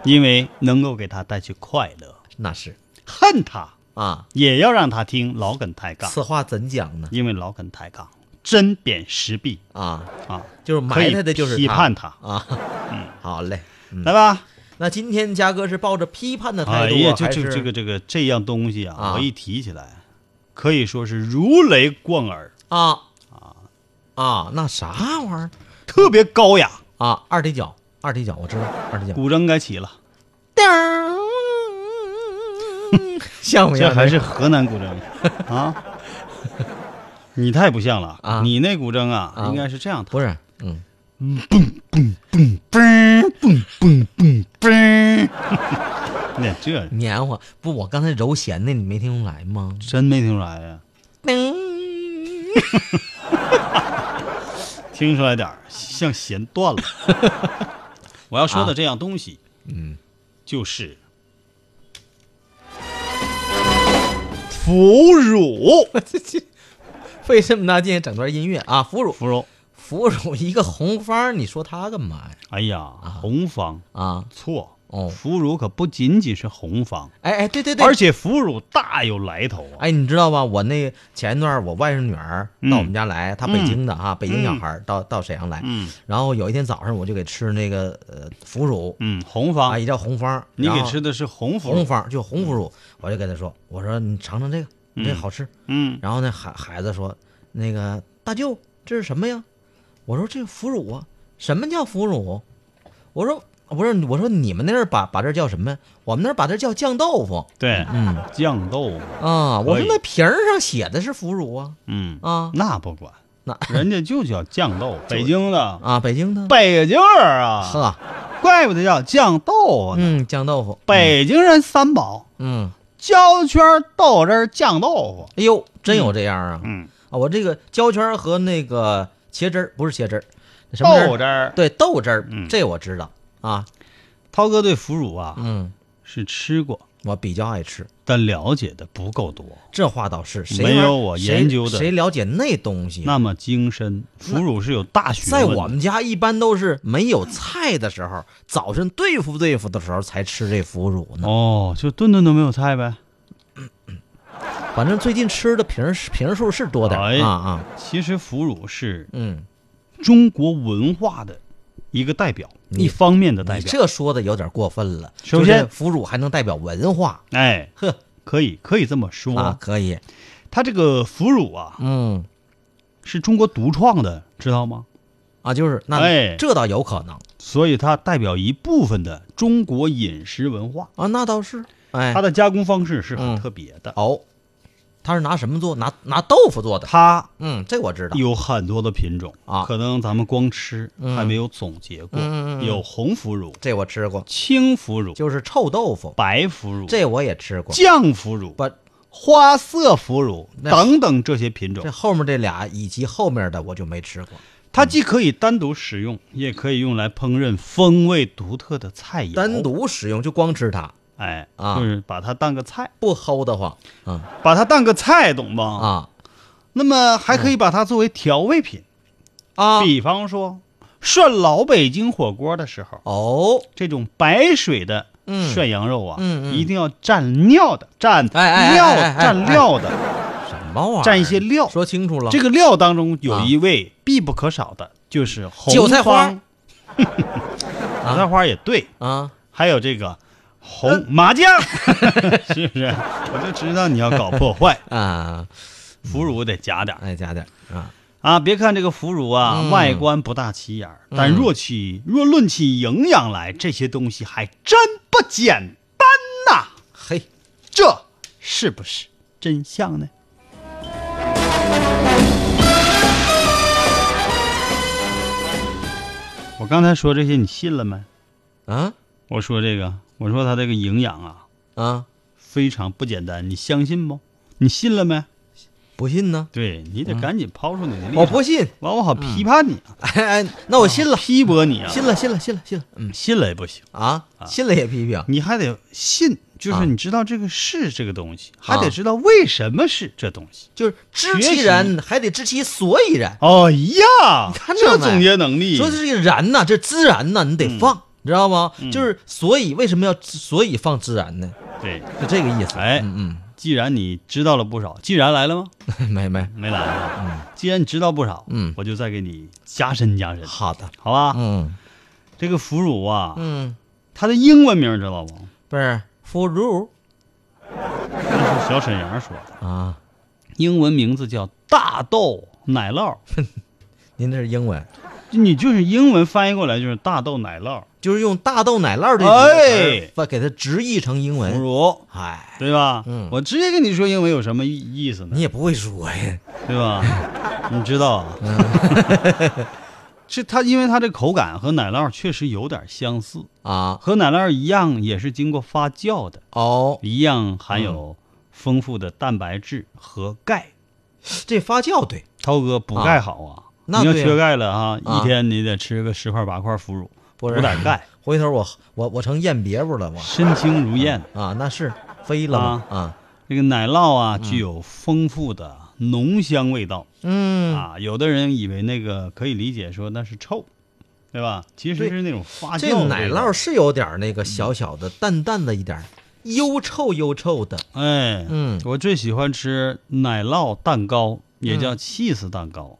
Speaker 2: 因为能够给他带去快乐；
Speaker 3: 那是
Speaker 2: 恨他
Speaker 3: 啊，
Speaker 2: 也要让他听老梗抬杠，
Speaker 3: 此话怎讲呢？
Speaker 2: 因为老梗抬杠针砭时弊
Speaker 3: 啊，
Speaker 2: 啊。
Speaker 3: 就是埋汰的就是
Speaker 2: 可以批判他
Speaker 3: 啊。 (laughs) 好嘞，嗯
Speaker 2: 来吧，
Speaker 3: 那今天嘉哥是抱着批判的态
Speaker 2: 哎
Speaker 3: 度、
Speaker 2: 呀，
Speaker 3: 啊，
Speaker 2: 就
Speaker 3: 还
Speaker 2: 这
Speaker 3: 是
Speaker 2: 个这个这个这样东西啊，
Speaker 3: 啊
Speaker 2: 我一提起来，可以说是如雷贯耳，
Speaker 3: 啊啊啊，那啥玩意儿
Speaker 2: 特别高雅。
Speaker 3: 啊？二踢脚，二踢脚，我知道，二踢脚，
Speaker 2: 古筝该起了，
Speaker 3: (laughs) 像不
Speaker 2: 这
Speaker 3: 像？
Speaker 2: 还是河南古筝啊？你太不像了
Speaker 3: 啊
Speaker 2: 你那古筝啊，
Speaker 3: 啊
Speaker 2: 应该是这样弹，
Speaker 3: (laughs) 不是？嗯，
Speaker 2: 嘣嘣嘣嘣嘣， (laughs) 那这
Speaker 3: 黏糊嗯不？我刚才揉弦呢，你没听出来吗？
Speaker 2: 真没听出来呀、听出来点儿，像弦断了。
Speaker 3: (laughs)
Speaker 2: 我要说的这样东西，
Speaker 3: 嗯，
Speaker 2: 就是腐
Speaker 3: (laughs)
Speaker 2: 乳，
Speaker 3: 费这么大劲整段音乐啊！腐乳，
Speaker 2: 腐乳。
Speaker 3: 腐乳一个红方，你说它干嘛呀？
Speaker 2: 哎呀，红方
Speaker 3: 啊，
Speaker 2: 错
Speaker 3: 哦
Speaker 2: 腐乳可不仅仅是红方，
Speaker 3: 哎哎，对对对，
Speaker 2: 而且腐乳大有来头啊。
Speaker 3: 哎，你知道吧？我那前一段我外甥女儿到我们家来，她北京的哈，北京小孩儿到到沈阳来，
Speaker 2: 嗯嗯
Speaker 3: 然后有一天早上我就给吃那个呃腐乳，
Speaker 2: 嗯，红
Speaker 3: 啊，
Speaker 2: 方，
Speaker 3: 也叫红方，
Speaker 2: 你
Speaker 3: 然
Speaker 2: 给
Speaker 3: 后
Speaker 2: 吃的是红腐
Speaker 3: 红方就红腐乳，我就跟她说，我说你尝尝这个，这个好吃。
Speaker 2: 嗯，
Speaker 3: 然后那孩孩子说，那个大舅这是什么呀？我说这个腐乳啊，什么叫腐乳？我说不是，我说你们那儿把把这儿叫什么？我们那儿把这儿叫酱豆腐
Speaker 2: 对，嗯，酱豆腐，
Speaker 3: 啊。我
Speaker 2: 可
Speaker 3: 说
Speaker 2: 以
Speaker 3: 那瓶儿上写的是腐乳啊
Speaker 2: 嗯，
Speaker 3: 啊
Speaker 2: 那不管，
Speaker 3: 那
Speaker 2: 人家就叫酱豆腐，
Speaker 3: (laughs)
Speaker 2: 北京的，
Speaker 3: 啊，北京的，
Speaker 2: 北京人啊，
Speaker 3: 呵，
Speaker 2: 怪不得叫酱豆腐呢。
Speaker 3: 嗯，酱豆腐，
Speaker 2: 北京人三宝：
Speaker 3: 嗯，嗯，
Speaker 2: 焦圈、豆汁儿、酱豆腐。
Speaker 3: 哎呦，真有这样啊
Speaker 2: 嗯，
Speaker 3: 啊！我这个胶圈儿和那个茄汁儿不是茄汁儿，什么
Speaker 2: 豆汁儿。
Speaker 3: 对豆汁儿
Speaker 2: 嗯，
Speaker 3: 这我知道啊。
Speaker 2: 涛哥对腐乳啊
Speaker 3: 嗯，
Speaker 2: 是吃过，
Speaker 3: 我比较爱吃，
Speaker 2: 但了解的不够多，
Speaker 3: 这话倒是谁
Speaker 2: 没
Speaker 3: 玩
Speaker 2: 有我
Speaker 3: 谁
Speaker 2: 研究的
Speaker 3: 谁了解那东西？
Speaker 2: 那么精深。腐乳是有大学
Speaker 3: 在
Speaker 2: 问的。
Speaker 3: 我们家一般都是没有菜的时候，早晨对付对付的时候才吃这腐乳呢。
Speaker 2: 哦，就顿顿都没有菜呗。
Speaker 3: 反正最近吃的瓶儿瓶数是多点儿
Speaker 2: 哎
Speaker 3: 啊啊，
Speaker 2: 其实腐乳是
Speaker 3: 嗯，
Speaker 2: 中国文化的一个代表，
Speaker 3: 你
Speaker 2: 一方面的代
Speaker 3: 你
Speaker 2: 表。
Speaker 3: 这说的有点过分了。
Speaker 2: 首
Speaker 3: 就这
Speaker 2: 先
Speaker 3: 腐乳还能代表文化
Speaker 2: 哎，
Speaker 3: 呵
Speaker 2: 可以可以这么说。
Speaker 3: 啊，可以，
Speaker 2: 它这个腐乳啊，
Speaker 3: 嗯
Speaker 2: 是中国独创的，知道吗？
Speaker 3: 啊，就是那
Speaker 2: 哎
Speaker 3: 这倒有可能
Speaker 2: 所以它代表一部分的中国饮食文化。
Speaker 3: 啊，那倒是，哎
Speaker 2: 它，的加工方式是
Speaker 3: 嗯
Speaker 2: 很特别的，
Speaker 3: 哦，他是拿什么做？拿拿豆腐做的，
Speaker 2: 它
Speaker 3: 嗯，这我知道，
Speaker 2: 有很多的品种
Speaker 3: 啊
Speaker 2: 可能咱们光吃
Speaker 3: 嗯
Speaker 2: 还没有总结过。
Speaker 3: 嗯嗯嗯嗯
Speaker 2: 有红腐乳、
Speaker 3: 这我吃过，
Speaker 2: 青腐乳、
Speaker 3: 就是臭豆腐，
Speaker 2: 白腐乳、
Speaker 3: 这我也吃过，
Speaker 2: 酱腐乳、
Speaker 3: 不，
Speaker 2: 花色腐乳
Speaker 3: 那
Speaker 2: 等等这些品
Speaker 3: 这
Speaker 2: 种，
Speaker 3: 后面这俩以及后面的我就没吃过。
Speaker 2: 它既可以单独食用，也可以用来烹饪风味独特的菜肴。
Speaker 3: 单，独使用就光吃它，
Speaker 2: 哎，
Speaker 3: 啊
Speaker 2: 就是把它当个菜，
Speaker 3: 不齁得慌。嗯
Speaker 2: 把它当个菜，懂吗？
Speaker 3: 啊
Speaker 2: 那么还可以把它作为调味品，
Speaker 3: 啊
Speaker 2: 比方说涮老北京火锅的时候，
Speaker 3: 哦，
Speaker 2: 这种白水的
Speaker 3: 嗯
Speaker 2: 涮羊肉啊，
Speaker 3: 嗯嗯
Speaker 2: 一定要蘸料的，蘸
Speaker 3: 哎哎哎
Speaker 2: 料，
Speaker 3: 哎哎
Speaker 2: 蘸料的，
Speaker 3: 什么玩意儿？
Speaker 2: 蘸一些料。
Speaker 3: 说清楚了。
Speaker 2: 这
Speaker 3: 个
Speaker 2: 个料当中有
Speaker 3: 啊
Speaker 2: 一味必不可少的，就是红
Speaker 3: 韭菜花
Speaker 2: 方， (laughs) 韭菜花也对，
Speaker 3: 啊，
Speaker 2: 还有这个红麻酱， (laughs) 是不是？ (laughs) 我就知道你要搞破坏，
Speaker 3: 啊，
Speaker 2: 腐乳得加点儿。
Speaker 3: 哎，加点儿啊，
Speaker 2: 啊，别看这个腐乳啊，
Speaker 3: 嗯
Speaker 2: 外观不大起眼儿，但若其若论起营养来，这些东西还真不简单呐、
Speaker 3: 嘿，
Speaker 2: 这是不是真相呢？我刚才说这些，你信了没？
Speaker 3: 啊
Speaker 2: 我说这个，我说它这个营养啊
Speaker 3: 啊，
Speaker 2: 非常不简单，你相信不？你信了没？
Speaker 3: 不信呢？
Speaker 2: 对你得赶紧抛出你的立场，
Speaker 3: 嗯我不信。
Speaker 2: 完我好批判你啊，
Speaker 3: 哎哎，那我信了，
Speaker 2: 批驳你啊，
Speaker 3: 信了，信了，信了，信了。嗯
Speaker 2: 信了也不行，
Speaker 3: 啊，信了也批评。
Speaker 2: 你还得信，就
Speaker 3: 啊
Speaker 2: 是你知道这个是这个东西，
Speaker 3: 啊
Speaker 2: 还得知道为什么是这东西。
Speaker 3: 就是知
Speaker 2: 学
Speaker 3: 其
Speaker 2: 习
Speaker 3: 然，还得知其所以然。
Speaker 2: 哎呀，
Speaker 3: 看着
Speaker 2: 这
Speaker 3: 没
Speaker 2: 总结能力，
Speaker 3: 说这个然呐、这孜然呐、你
Speaker 2: 嗯
Speaker 3: 得放，你知道吗？就是所以为什么要所以放孜然呢？
Speaker 2: 对。
Speaker 3: 就这个意思。
Speaker 2: 哎
Speaker 3: 嗯
Speaker 2: 既然你知道了不少，既然来了吗？
Speaker 3: 嗯， (laughs) 没没，
Speaker 2: 没来啊。既然你知道不少，
Speaker 3: 嗯
Speaker 2: 我就再给你加深加深，
Speaker 3: 好的，
Speaker 2: 好吧？
Speaker 3: 嗯
Speaker 2: 这个腐乳啊，
Speaker 3: 嗯，
Speaker 2: 它的英文名知道吗？
Speaker 3: 不是腐乳
Speaker 2: 那是小沈阳说的，
Speaker 3: 啊，
Speaker 2: 英文名字叫大豆奶酪，
Speaker 3: 您这是英文，
Speaker 2: 你就是英文翻译过来就是大豆奶酪
Speaker 3: 就是用大豆奶酪这
Speaker 2: 哎
Speaker 3: 个词儿把给它直译成英
Speaker 2: 腐
Speaker 3: 文。
Speaker 2: 乳，
Speaker 3: 哎，
Speaker 2: 对吧？
Speaker 3: 嗯
Speaker 2: 我直接跟你说英文有什么意意思呢
Speaker 3: 你？也不会说呀。
Speaker 2: 对吧？你知道啊？
Speaker 3: 嗯
Speaker 2: (laughs) 是它，因为它这口感和奶酪确实有点相似，
Speaker 3: 啊，
Speaker 2: 和奶酪一样，也是经过发酵的，
Speaker 3: 哦，
Speaker 2: 一样含有
Speaker 3: 嗯
Speaker 2: 丰富的蛋白质和钙。
Speaker 3: 这发酵对，
Speaker 2: 涛哥补钙好啊，
Speaker 3: 那
Speaker 2: 你要
Speaker 3: 对呀
Speaker 2: 缺钙了啊，
Speaker 3: 啊
Speaker 2: 一天你得吃个十块八块腐乳，
Speaker 3: 不
Speaker 2: 补
Speaker 3: 是
Speaker 2: 点
Speaker 3: (laughs)
Speaker 2: 钙，
Speaker 3: 回头我我我成燕别不了我
Speaker 2: 身轻如燕。
Speaker 3: 啊，那是飞了嘛啊，
Speaker 2: 这个奶酪啊，具有丰富的浓香味道
Speaker 3: 嗯
Speaker 2: 啊。有的人以为那个可以理解说那是臭，对吧？其实
Speaker 3: 对
Speaker 2: 是那嗯种发酵
Speaker 3: 这
Speaker 2: 味
Speaker 3: 奶
Speaker 2: 道
Speaker 3: 酪是有点儿那个小小的、淡淡的一点儿，忧臭忧臭的。
Speaker 2: 哎，
Speaker 3: 嗯
Speaker 2: 我最喜欢吃奶酪蛋糕，也
Speaker 3: 嗯
Speaker 2: 叫 cheese 蛋糕。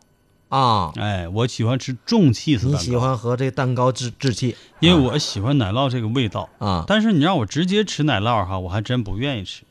Speaker 3: 啊，
Speaker 2: 哎，我喜欢吃重 cheese 蛋
Speaker 3: 你
Speaker 2: 糕，
Speaker 3: 喜欢和这蛋糕置置气
Speaker 2: 因为我喜欢奶酪这个味道。
Speaker 3: 啊？
Speaker 2: 但是你让我直接吃奶酪哈，我还真不愿意吃。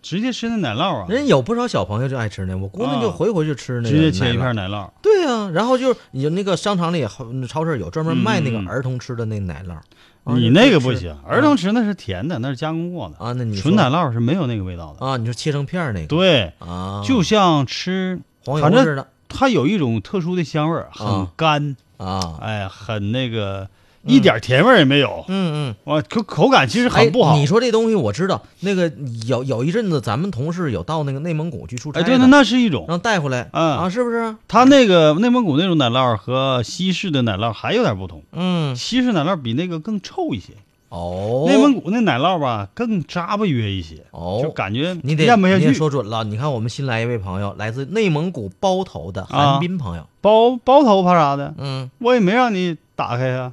Speaker 2: 直接吃那奶酪啊，
Speaker 3: 人有不少小朋友就爱吃那，我姑娘就
Speaker 2: 啊
Speaker 3: 回回就吃那个
Speaker 2: 直接切一
Speaker 3: 奶酪啊
Speaker 2: 片。奶酪，
Speaker 3: 对呀、然后就有那个商场里、好超市有专门卖那个
Speaker 2: 嗯嗯嗯
Speaker 3: 儿童吃的那奶酪哦
Speaker 2: 你那个不行，儿童吃那是甜的，那是加工过的
Speaker 3: 啊那嗯你说
Speaker 2: 纯奶酪是没有那个味道的。
Speaker 3: 啊，你说切成片儿那个，
Speaker 2: 对，
Speaker 3: 啊，
Speaker 2: 就像吃，
Speaker 3: 黄
Speaker 2: 反
Speaker 3: 油似
Speaker 2: 正
Speaker 3: 的
Speaker 2: 它有一种特殊的香味儿，很
Speaker 3: 啊
Speaker 2: 干，
Speaker 3: 啊，
Speaker 2: 哎，很那个，一点甜味儿也没有。
Speaker 3: 嗯嗯，
Speaker 2: 哇，口口感其实
Speaker 3: 哎
Speaker 2: 很不好。
Speaker 3: 你说这东西我知道，那个有有一阵子咱们同事有到那个内蒙古去出差
Speaker 2: 哎，
Speaker 3: 的，
Speaker 2: 对，那那是一种，
Speaker 3: 让带回来，
Speaker 2: 嗯
Speaker 3: 啊，是不是？
Speaker 2: 它那个内蒙古那种奶酪和西式的奶酪还有点不同，
Speaker 3: 嗯，
Speaker 2: 西式奶酪比那个更臭一些，
Speaker 3: 哦，
Speaker 2: 内蒙古那奶酪吧更扎巴约一些，
Speaker 3: 哦
Speaker 2: 就感觉
Speaker 3: 你得
Speaker 2: 咽不下
Speaker 3: 你得
Speaker 2: 去。
Speaker 3: 说准了。你看我们新来一位朋友，来自内蒙古包头的
Speaker 2: 啊
Speaker 3: 韩斌朋友，
Speaker 2: 包包头发啥的，
Speaker 3: 嗯，
Speaker 2: 我也没让你打开啊，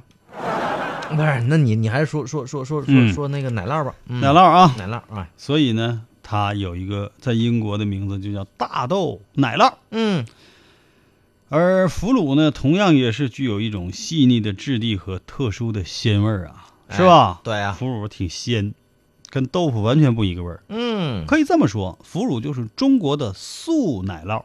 Speaker 3: 不是，那你你还是说说说说说
Speaker 2: 嗯
Speaker 3: 说那个奶酪吧，嗯
Speaker 2: 奶酪啊。
Speaker 3: 奶酪啊，
Speaker 2: 所以呢，它有一个在英国的名字就叫大豆奶酪，
Speaker 3: 嗯，
Speaker 2: 而腐乳呢，同样也是具有一种细腻的质地和特殊的鲜味儿啊，是吧
Speaker 3: 哎？对啊，
Speaker 2: 腐乳挺鲜，跟豆腐完全不一个味儿。
Speaker 3: 嗯，
Speaker 2: 可以这么说，腐乳就是中国的素奶酪，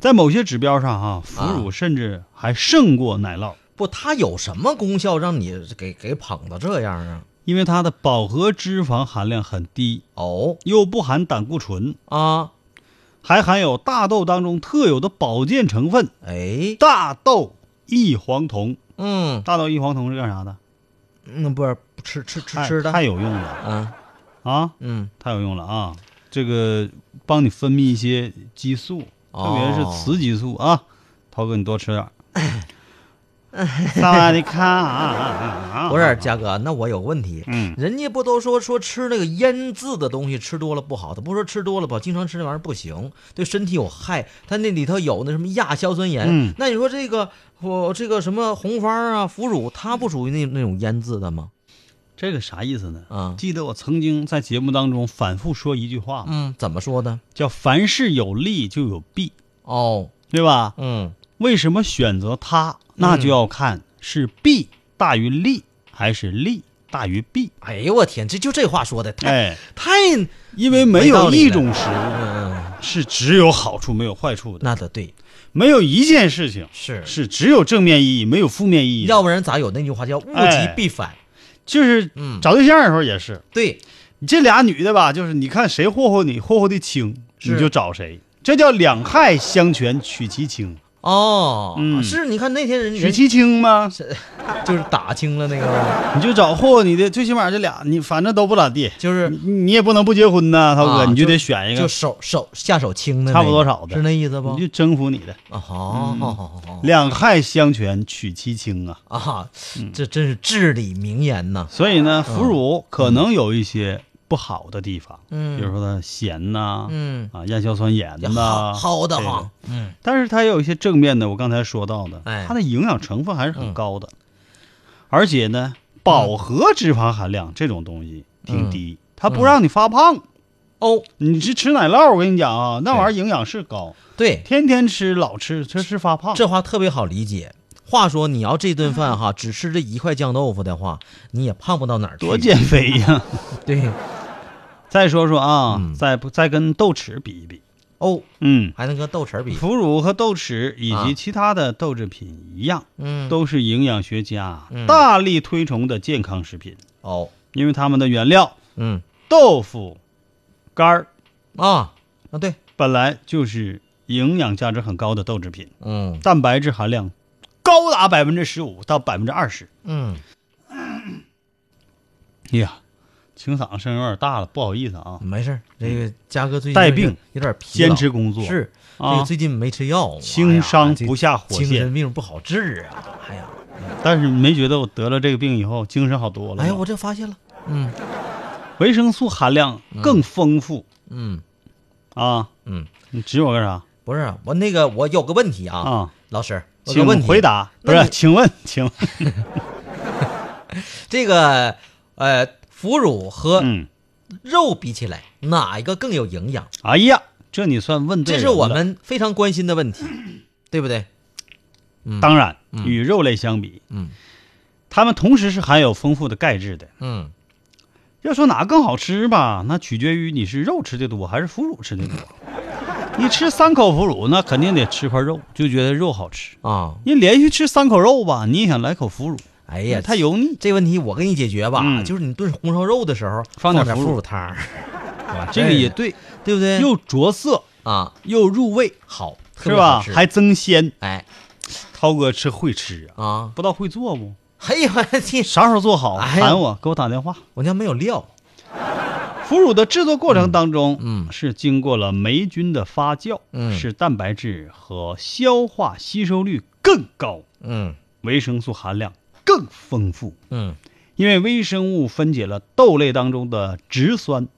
Speaker 2: 在某些指标上哈、腐乳甚至还胜过奶酪，
Speaker 3: 不，它有什么功效让你给给捧到这样啊？
Speaker 2: 因为它的饱和脂肪含量很低，
Speaker 3: 哦
Speaker 2: 又不含胆固醇，
Speaker 3: 啊，
Speaker 2: 还含有大豆当中特有的保健成分
Speaker 3: 哎
Speaker 2: ——，大豆异黄酮。
Speaker 3: 嗯，
Speaker 2: 大豆异黄酮是干啥的？
Speaker 3: 那不是吃吃吃
Speaker 2: 太
Speaker 3: 吃的，
Speaker 2: 太有用了
Speaker 3: 嗯
Speaker 2: 啊！
Speaker 3: 嗯，
Speaker 2: 太有用了啊！这个帮你分泌一些激素，
Speaker 3: 哦
Speaker 2: 特别是雌激素啊。涛哥，你多吃点儿。
Speaker 3: (laughs)
Speaker 2: 萨瓦迪卡啊！
Speaker 3: 不是，嘉哥，那我有个问题，
Speaker 2: 嗯，
Speaker 3: 人家不都说说吃那个腌制的东西吃多了不好，他不说吃多了吧，经常吃那玩意儿不行，对身体有害。它那里头有那什么亚硝酸盐，
Speaker 2: 嗯
Speaker 3: 那你说这个我、这个什么红方啊、腐乳，它不属于那那种腌制的吗？
Speaker 2: 这个啥意思呢？
Speaker 3: 啊
Speaker 2: 记得我曾经在节目当中反复说一句话吗？
Speaker 3: 嗯，怎么说的？
Speaker 2: 叫“凡事有利就有弊
Speaker 3: 哦，”，
Speaker 2: 对吧？
Speaker 3: 嗯，
Speaker 2: 为什么选择它？那就要看是弊大于利，还是利大于
Speaker 3: (laughs)
Speaker 2: 弊。
Speaker 3: 哎呦我天，这就这话说的太、
Speaker 2: 哎，
Speaker 3: 太，
Speaker 2: 因为没有一种食物
Speaker 3: 嗯，
Speaker 2: 是只有好处没有坏处的，
Speaker 3: 那得对，
Speaker 2: 没有一件事情
Speaker 3: 是
Speaker 2: 是只有正面意义没有负面意义的。
Speaker 3: 要不然咋有那句话叫物极
Speaker 2: 哎
Speaker 3: 必反？
Speaker 2: 就是
Speaker 3: 嗯
Speaker 2: 找对象的时候也是，
Speaker 3: 对，
Speaker 2: 你这俩女的吧，就是你看谁霍霍你，霍霍的轻，
Speaker 3: 是
Speaker 2: 你就找谁，这叫两害相权取其轻，
Speaker 3: 哦，
Speaker 2: 嗯
Speaker 3: 是，你看那天人
Speaker 2: 取
Speaker 3: 人
Speaker 2: 其轻吗？
Speaker 3: 就是打清了那个，
Speaker 2: 你就找霍霍你的，最起码这俩你反正都不咋地，
Speaker 3: 就是
Speaker 2: 你你也不能不结婚呐，涛
Speaker 3: 啊
Speaker 2: 哥，你就
Speaker 3: 就
Speaker 2: 得选一
Speaker 3: 就
Speaker 2: 个，
Speaker 3: 手手下手轻的那个，
Speaker 2: 差不多少的
Speaker 3: 是那意思不？
Speaker 2: 你就嗯征服你的，
Speaker 3: 啊，好好好好好
Speaker 2: 两害相权取其轻啊。
Speaker 3: 啊，这真是至理名言呐！
Speaker 2: 所以呢，腐乳可能有一些不好的地方，
Speaker 3: 嗯
Speaker 2: 比如说它咸呐，
Speaker 3: 嗯
Speaker 2: 啊，亚硝酸盐
Speaker 3: 也
Speaker 2: 呐，
Speaker 3: 好的
Speaker 2: 这个
Speaker 3: 慌，嗯，
Speaker 2: 但是它也有一些正面的，我刚才说到的，
Speaker 3: 哎嗯
Speaker 2: 它的营养成分还是很高的，而且呢，饱和脂肪含量这种东西挺低，
Speaker 3: 嗯
Speaker 2: 它不让你发胖。
Speaker 3: 哦，
Speaker 2: 你是吃奶酪，我跟你讲啊，那玩意儿营养是高，
Speaker 3: 对，
Speaker 2: 天天吃老吃，这是发胖。
Speaker 3: 这话特别好理解。话说，你要这顿饭哈，只吃这一块酱豆腐的话，你也胖不到哪儿去。
Speaker 2: 多 (laughs) 减肥呀！
Speaker 3: 对，
Speaker 2: 再说说啊，
Speaker 3: 啊嗯
Speaker 2: 再不再跟豆豉比一比，
Speaker 3: 哦，
Speaker 2: 嗯，
Speaker 3: 还能跟豆豉儿比，
Speaker 2: 腐乳和豆豉以
Speaker 3: 啊
Speaker 2: 及其他的豆制品一样，
Speaker 3: 嗯，
Speaker 2: 都是营养学家
Speaker 3: 嗯
Speaker 2: 大力推崇的健康食品，
Speaker 3: 哦，
Speaker 2: 因为它们的原料
Speaker 3: 嗯
Speaker 2: 豆腐干儿
Speaker 3: 啊啊，对，
Speaker 2: 本来就是营养价值很高的豆制品，
Speaker 3: 嗯
Speaker 2: 蛋白质含量高达百分之十五到百分之二十。
Speaker 3: 嗯，
Speaker 2: 哎呀，清嗓声有点大了，不好意思啊，
Speaker 3: 没事儿，这个嘉哥最近
Speaker 2: 带
Speaker 3: 有点
Speaker 2: 病
Speaker 3: 有点疲劳，
Speaker 2: 坚持工作
Speaker 3: 是，这个
Speaker 2: 啊
Speaker 3: 最近没吃药，
Speaker 2: 轻伤不下火
Speaker 3: 哎呀这精神
Speaker 2: 线。
Speaker 3: 病不好治啊！哎呀，
Speaker 2: 但是没觉得我得了这个病以后精神好多了吗。
Speaker 3: 哎呀，我这发现了，嗯
Speaker 2: 维生素含量更丰富、
Speaker 3: 嗯
Speaker 2: 啊！
Speaker 3: 嗯，
Speaker 2: 你指我干啥
Speaker 3: 不是啊我那个，我有个问题啊，
Speaker 2: 啊？
Speaker 3: 老师，我有
Speaker 2: 请
Speaker 3: 个问题
Speaker 2: 回答，不
Speaker 3: 那
Speaker 2: 是
Speaker 3: 你，
Speaker 2: 请问，
Speaker 3: (laughs)
Speaker 2: 请问
Speaker 3: 这个呃，腐乳和
Speaker 2: 嗯，
Speaker 3: 肉比起来，哪一个更有营养？
Speaker 2: 哎呀，这你算问对
Speaker 3: 这
Speaker 2: 人
Speaker 3: 是
Speaker 2: 了
Speaker 3: 我们非常关心的问题，对不对？
Speaker 2: 嗯当然与肉类相比，
Speaker 3: 嗯
Speaker 2: 它们同时是含有丰富的钙质的。
Speaker 3: 嗯，
Speaker 2: 要说哪个更好吃吧，那取决于你是肉吃的多还是腐乳吃的
Speaker 3: (laughs)
Speaker 2: 多。你吃三口腐乳，那肯定得吃块肉，就觉得肉好吃。
Speaker 3: 啊
Speaker 2: 你连续吃三口肉吧，你也想来口腐乳，
Speaker 3: 哎呀，
Speaker 2: 太油腻，
Speaker 3: 这问题我给你解决吧，
Speaker 2: 嗯
Speaker 3: 就是你炖红烧肉的时候
Speaker 2: 放
Speaker 3: 点
Speaker 2: 点
Speaker 3: 腐
Speaker 2: 腐
Speaker 3: 乳
Speaker 2: 乳
Speaker 3: 汤，
Speaker 2: 这个也对，
Speaker 3: 对不对？
Speaker 2: 又着色
Speaker 3: 啊，
Speaker 2: 又入味，
Speaker 3: 好，特
Speaker 2: 是
Speaker 3: 别好
Speaker 2: 吧？
Speaker 3: 吃
Speaker 2: 还增鲜。
Speaker 3: 哎
Speaker 2: 涛哥吃会吃啊，
Speaker 3: 啊，
Speaker 2: 不知道会做不？
Speaker 3: 嘿呀，我天，
Speaker 2: 啥时候做好
Speaker 3: 哎呀
Speaker 2: 喊我，给我打电话。
Speaker 3: 我家没有料，
Speaker 2: 腐乳的制作过程当中，
Speaker 3: 嗯嗯
Speaker 2: 是经过了霉菌的发酵，
Speaker 3: 嗯
Speaker 2: 使蛋白质和消化吸收率更高，
Speaker 3: 嗯
Speaker 2: 维生素含量更丰富。
Speaker 3: 嗯
Speaker 2: 因为微生物分解了豆类当中的植酸，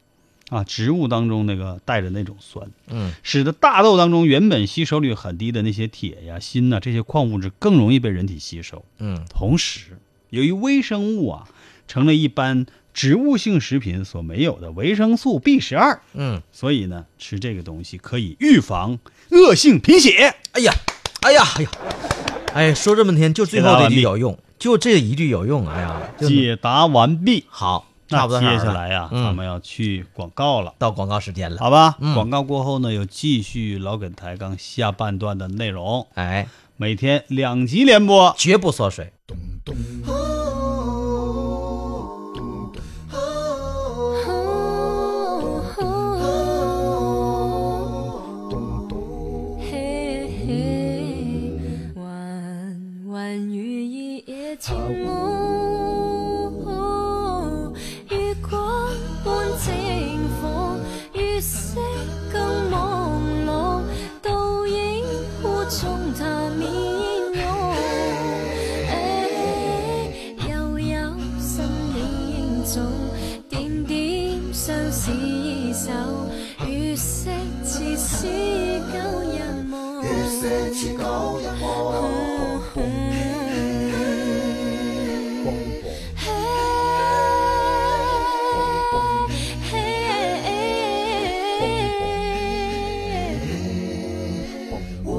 Speaker 2: 啊，植物当中那个带着那种酸，
Speaker 3: 嗯
Speaker 2: 使得大豆当中原本吸收率很低的那些铁呀、锌呐、这些矿物质更容易被人体吸收。
Speaker 3: 嗯
Speaker 2: 同时，由于微生物啊成了一般植物性食品所没有的维生素 B 十二，
Speaker 3: 嗯，
Speaker 2: 所以呢，吃这个东西可以预防恶性贫血。
Speaker 3: 哎呀，哎呀，哎呀，哎，说这么半天，就最后
Speaker 2: 解答
Speaker 3: 这
Speaker 2: 完
Speaker 3: 句
Speaker 2: 毕
Speaker 3: 有用，就这一句有用，哎呀，就
Speaker 2: 解答完毕，
Speaker 3: 好，差
Speaker 2: 那
Speaker 3: 不多
Speaker 2: 接
Speaker 3: 啥
Speaker 2: 下
Speaker 3: 了
Speaker 2: 来呀、
Speaker 3: 嗯
Speaker 2: 咱们要去广告了。
Speaker 3: 到广告时间了，
Speaker 2: 好吧，
Speaker 3: 嗯
Speaker 2: 广告过后呢，有继续老梗抬杠下半段的内容，
Speaker 3: 哎，
Speaker 2: 每天两集连播。
Speaker 3: 绝不缩水。
Speaker 4: 嘿嘿，弯弯雨一夜情浓，雨过半清火，月色更朦胧，倒影湖中它面容。哎，又有新恋影踪，點點相思手，月色似似旧日夢。月色似旧日夢。嘿嘿弯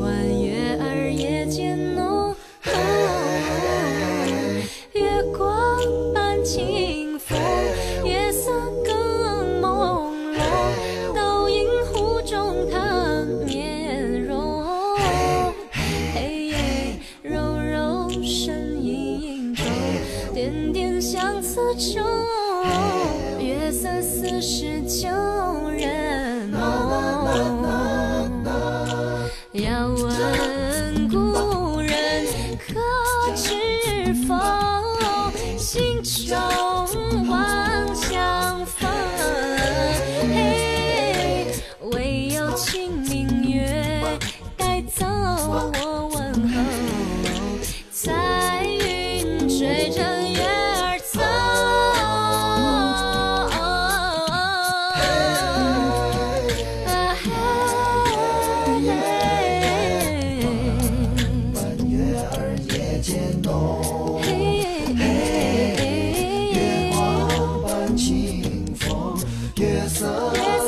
Speaker 4: 弯月儿夜渐浓，月光伴清风，夜色更朦胧，倒映湖中她面容。嘿耶，柔柔身影中，点点相思愁，月色似是旧人梦。要问故人可知否，心中万象纷。嘿，唯有清明月带走我问候，彩云追着月儿走。啊嘿，月儿夜渐浓，月光伴清风，月色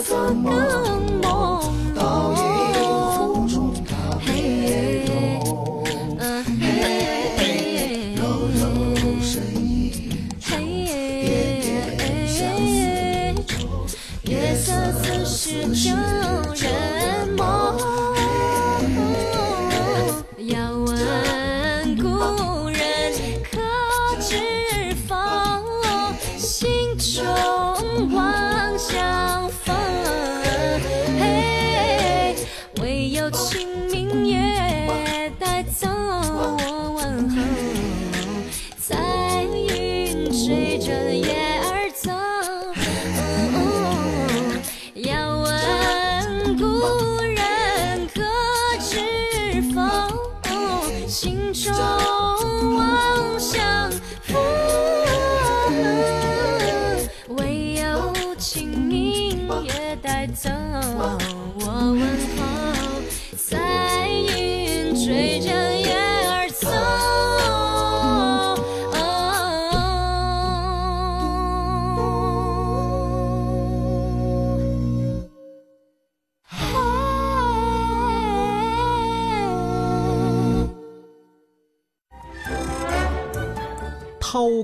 Speaker 4: 更朦胧，倒映湖中她面容。啊嘿，柔柔身影，点点相思愁。月色似是旧人梦。要问故人可知否，心中望相逢。嘿，唯有清明月带走我问候，彩云追着月儿走。要问故人可知否，心中望相逢。唯有清明月带走我问候，彩云追着月儿走。哦
Speaker 3: 涛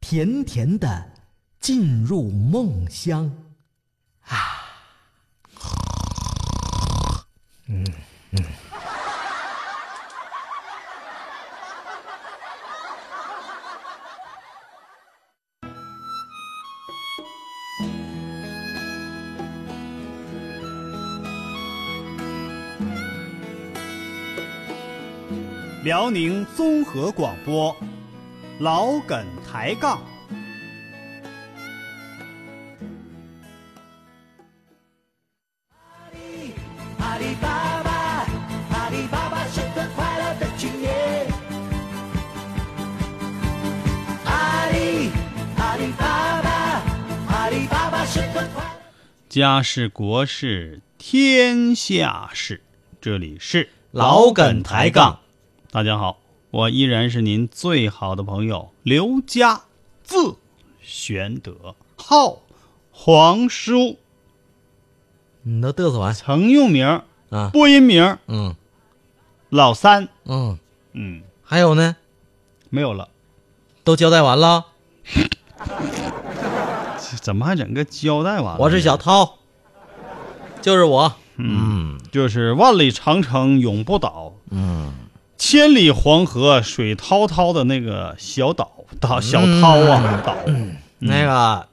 Speaker 5: 甜甜的进入梦乡。
Speaker 2: 辽宁综合广播，老梗抬杠。
Speaker 1: 阿里巴巴，阿里巴巴是个快乐的青年。阿里，阿里巴巴，阿里巴巴是个快。
Speaker 2: 家事国事天下事，这里是
Speaker 3: 老梗抬杠。
Speaker 2: 大家好，我依然是您最好的朋友刘佳，字玄德，号皇叔，
Speaker 3: 你嗯都嘚瑟完
Speaker 2: 曾用名
Speaker 3: 啊？
Speaker 2: 播音名
Speaker 3: 嗯
Speaker 2: 老三。
Speaker 3: 嗯，
Speaker 2: 嗯，
Speaker 3: 还有呢，
Speaker 2: 没有了，
Speaker 3: 都交代完了。
Speaker 2: 这怎么还整个交代完了？
Speaker 3: 我是小，涛，就是我。嗯
Speaker 2: 就是万里长城永不倒，
Speaker 3: 嗯，
Speaker 2: 千里黄河水滔滔的那个小岛岛小涛啊岛。
Speaker 3: 那个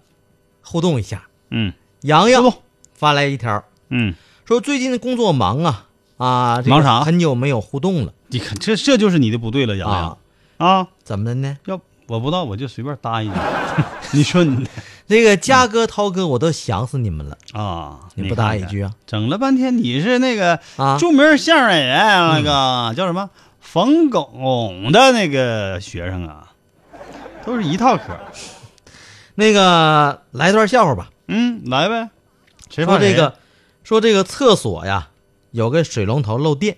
Speaker 3: 互动一下，
Speaker 2: 嗯
Speaker 3: 洋洋
Speaker 2: 互动
Speaker 3: 发来一条
Speaker 2: 嗯，
Speaker 3: 说最近工作忙啊啊，这个
Speaker 2: 忙啥
Speaker 3: 很久没有互动了
Speaker 2: 你看这这就是你的不对了，洋
Speaker 3: 啊
Speaker 2: 洋，啊，
Speaker 3: 怎么的呢？
Speaker 2: 要我不知道我就随便搭一句， (laughs) 你说你
Speaker 3: 那个嘉哥、涛哥，我都想死你们了，
Speaker 2: 啊，
Speaker 3: 你不搭一句啊？
Speaker 2: 啊？整了半天你是那个
Speaker 3: 啊嗯
Speaker 2: 著名相声演员啊那个叫什么冯巩的那个学生啊，都是一套嗑。
Speaker 3: 那个来段笑话吧，
Speaker 2: 嗯，来呗，谁
Speaker 3: 说
Speaker 2: 怕谁
Speaker 3: 这个，说这个厕所呀，有个水龙头漏电，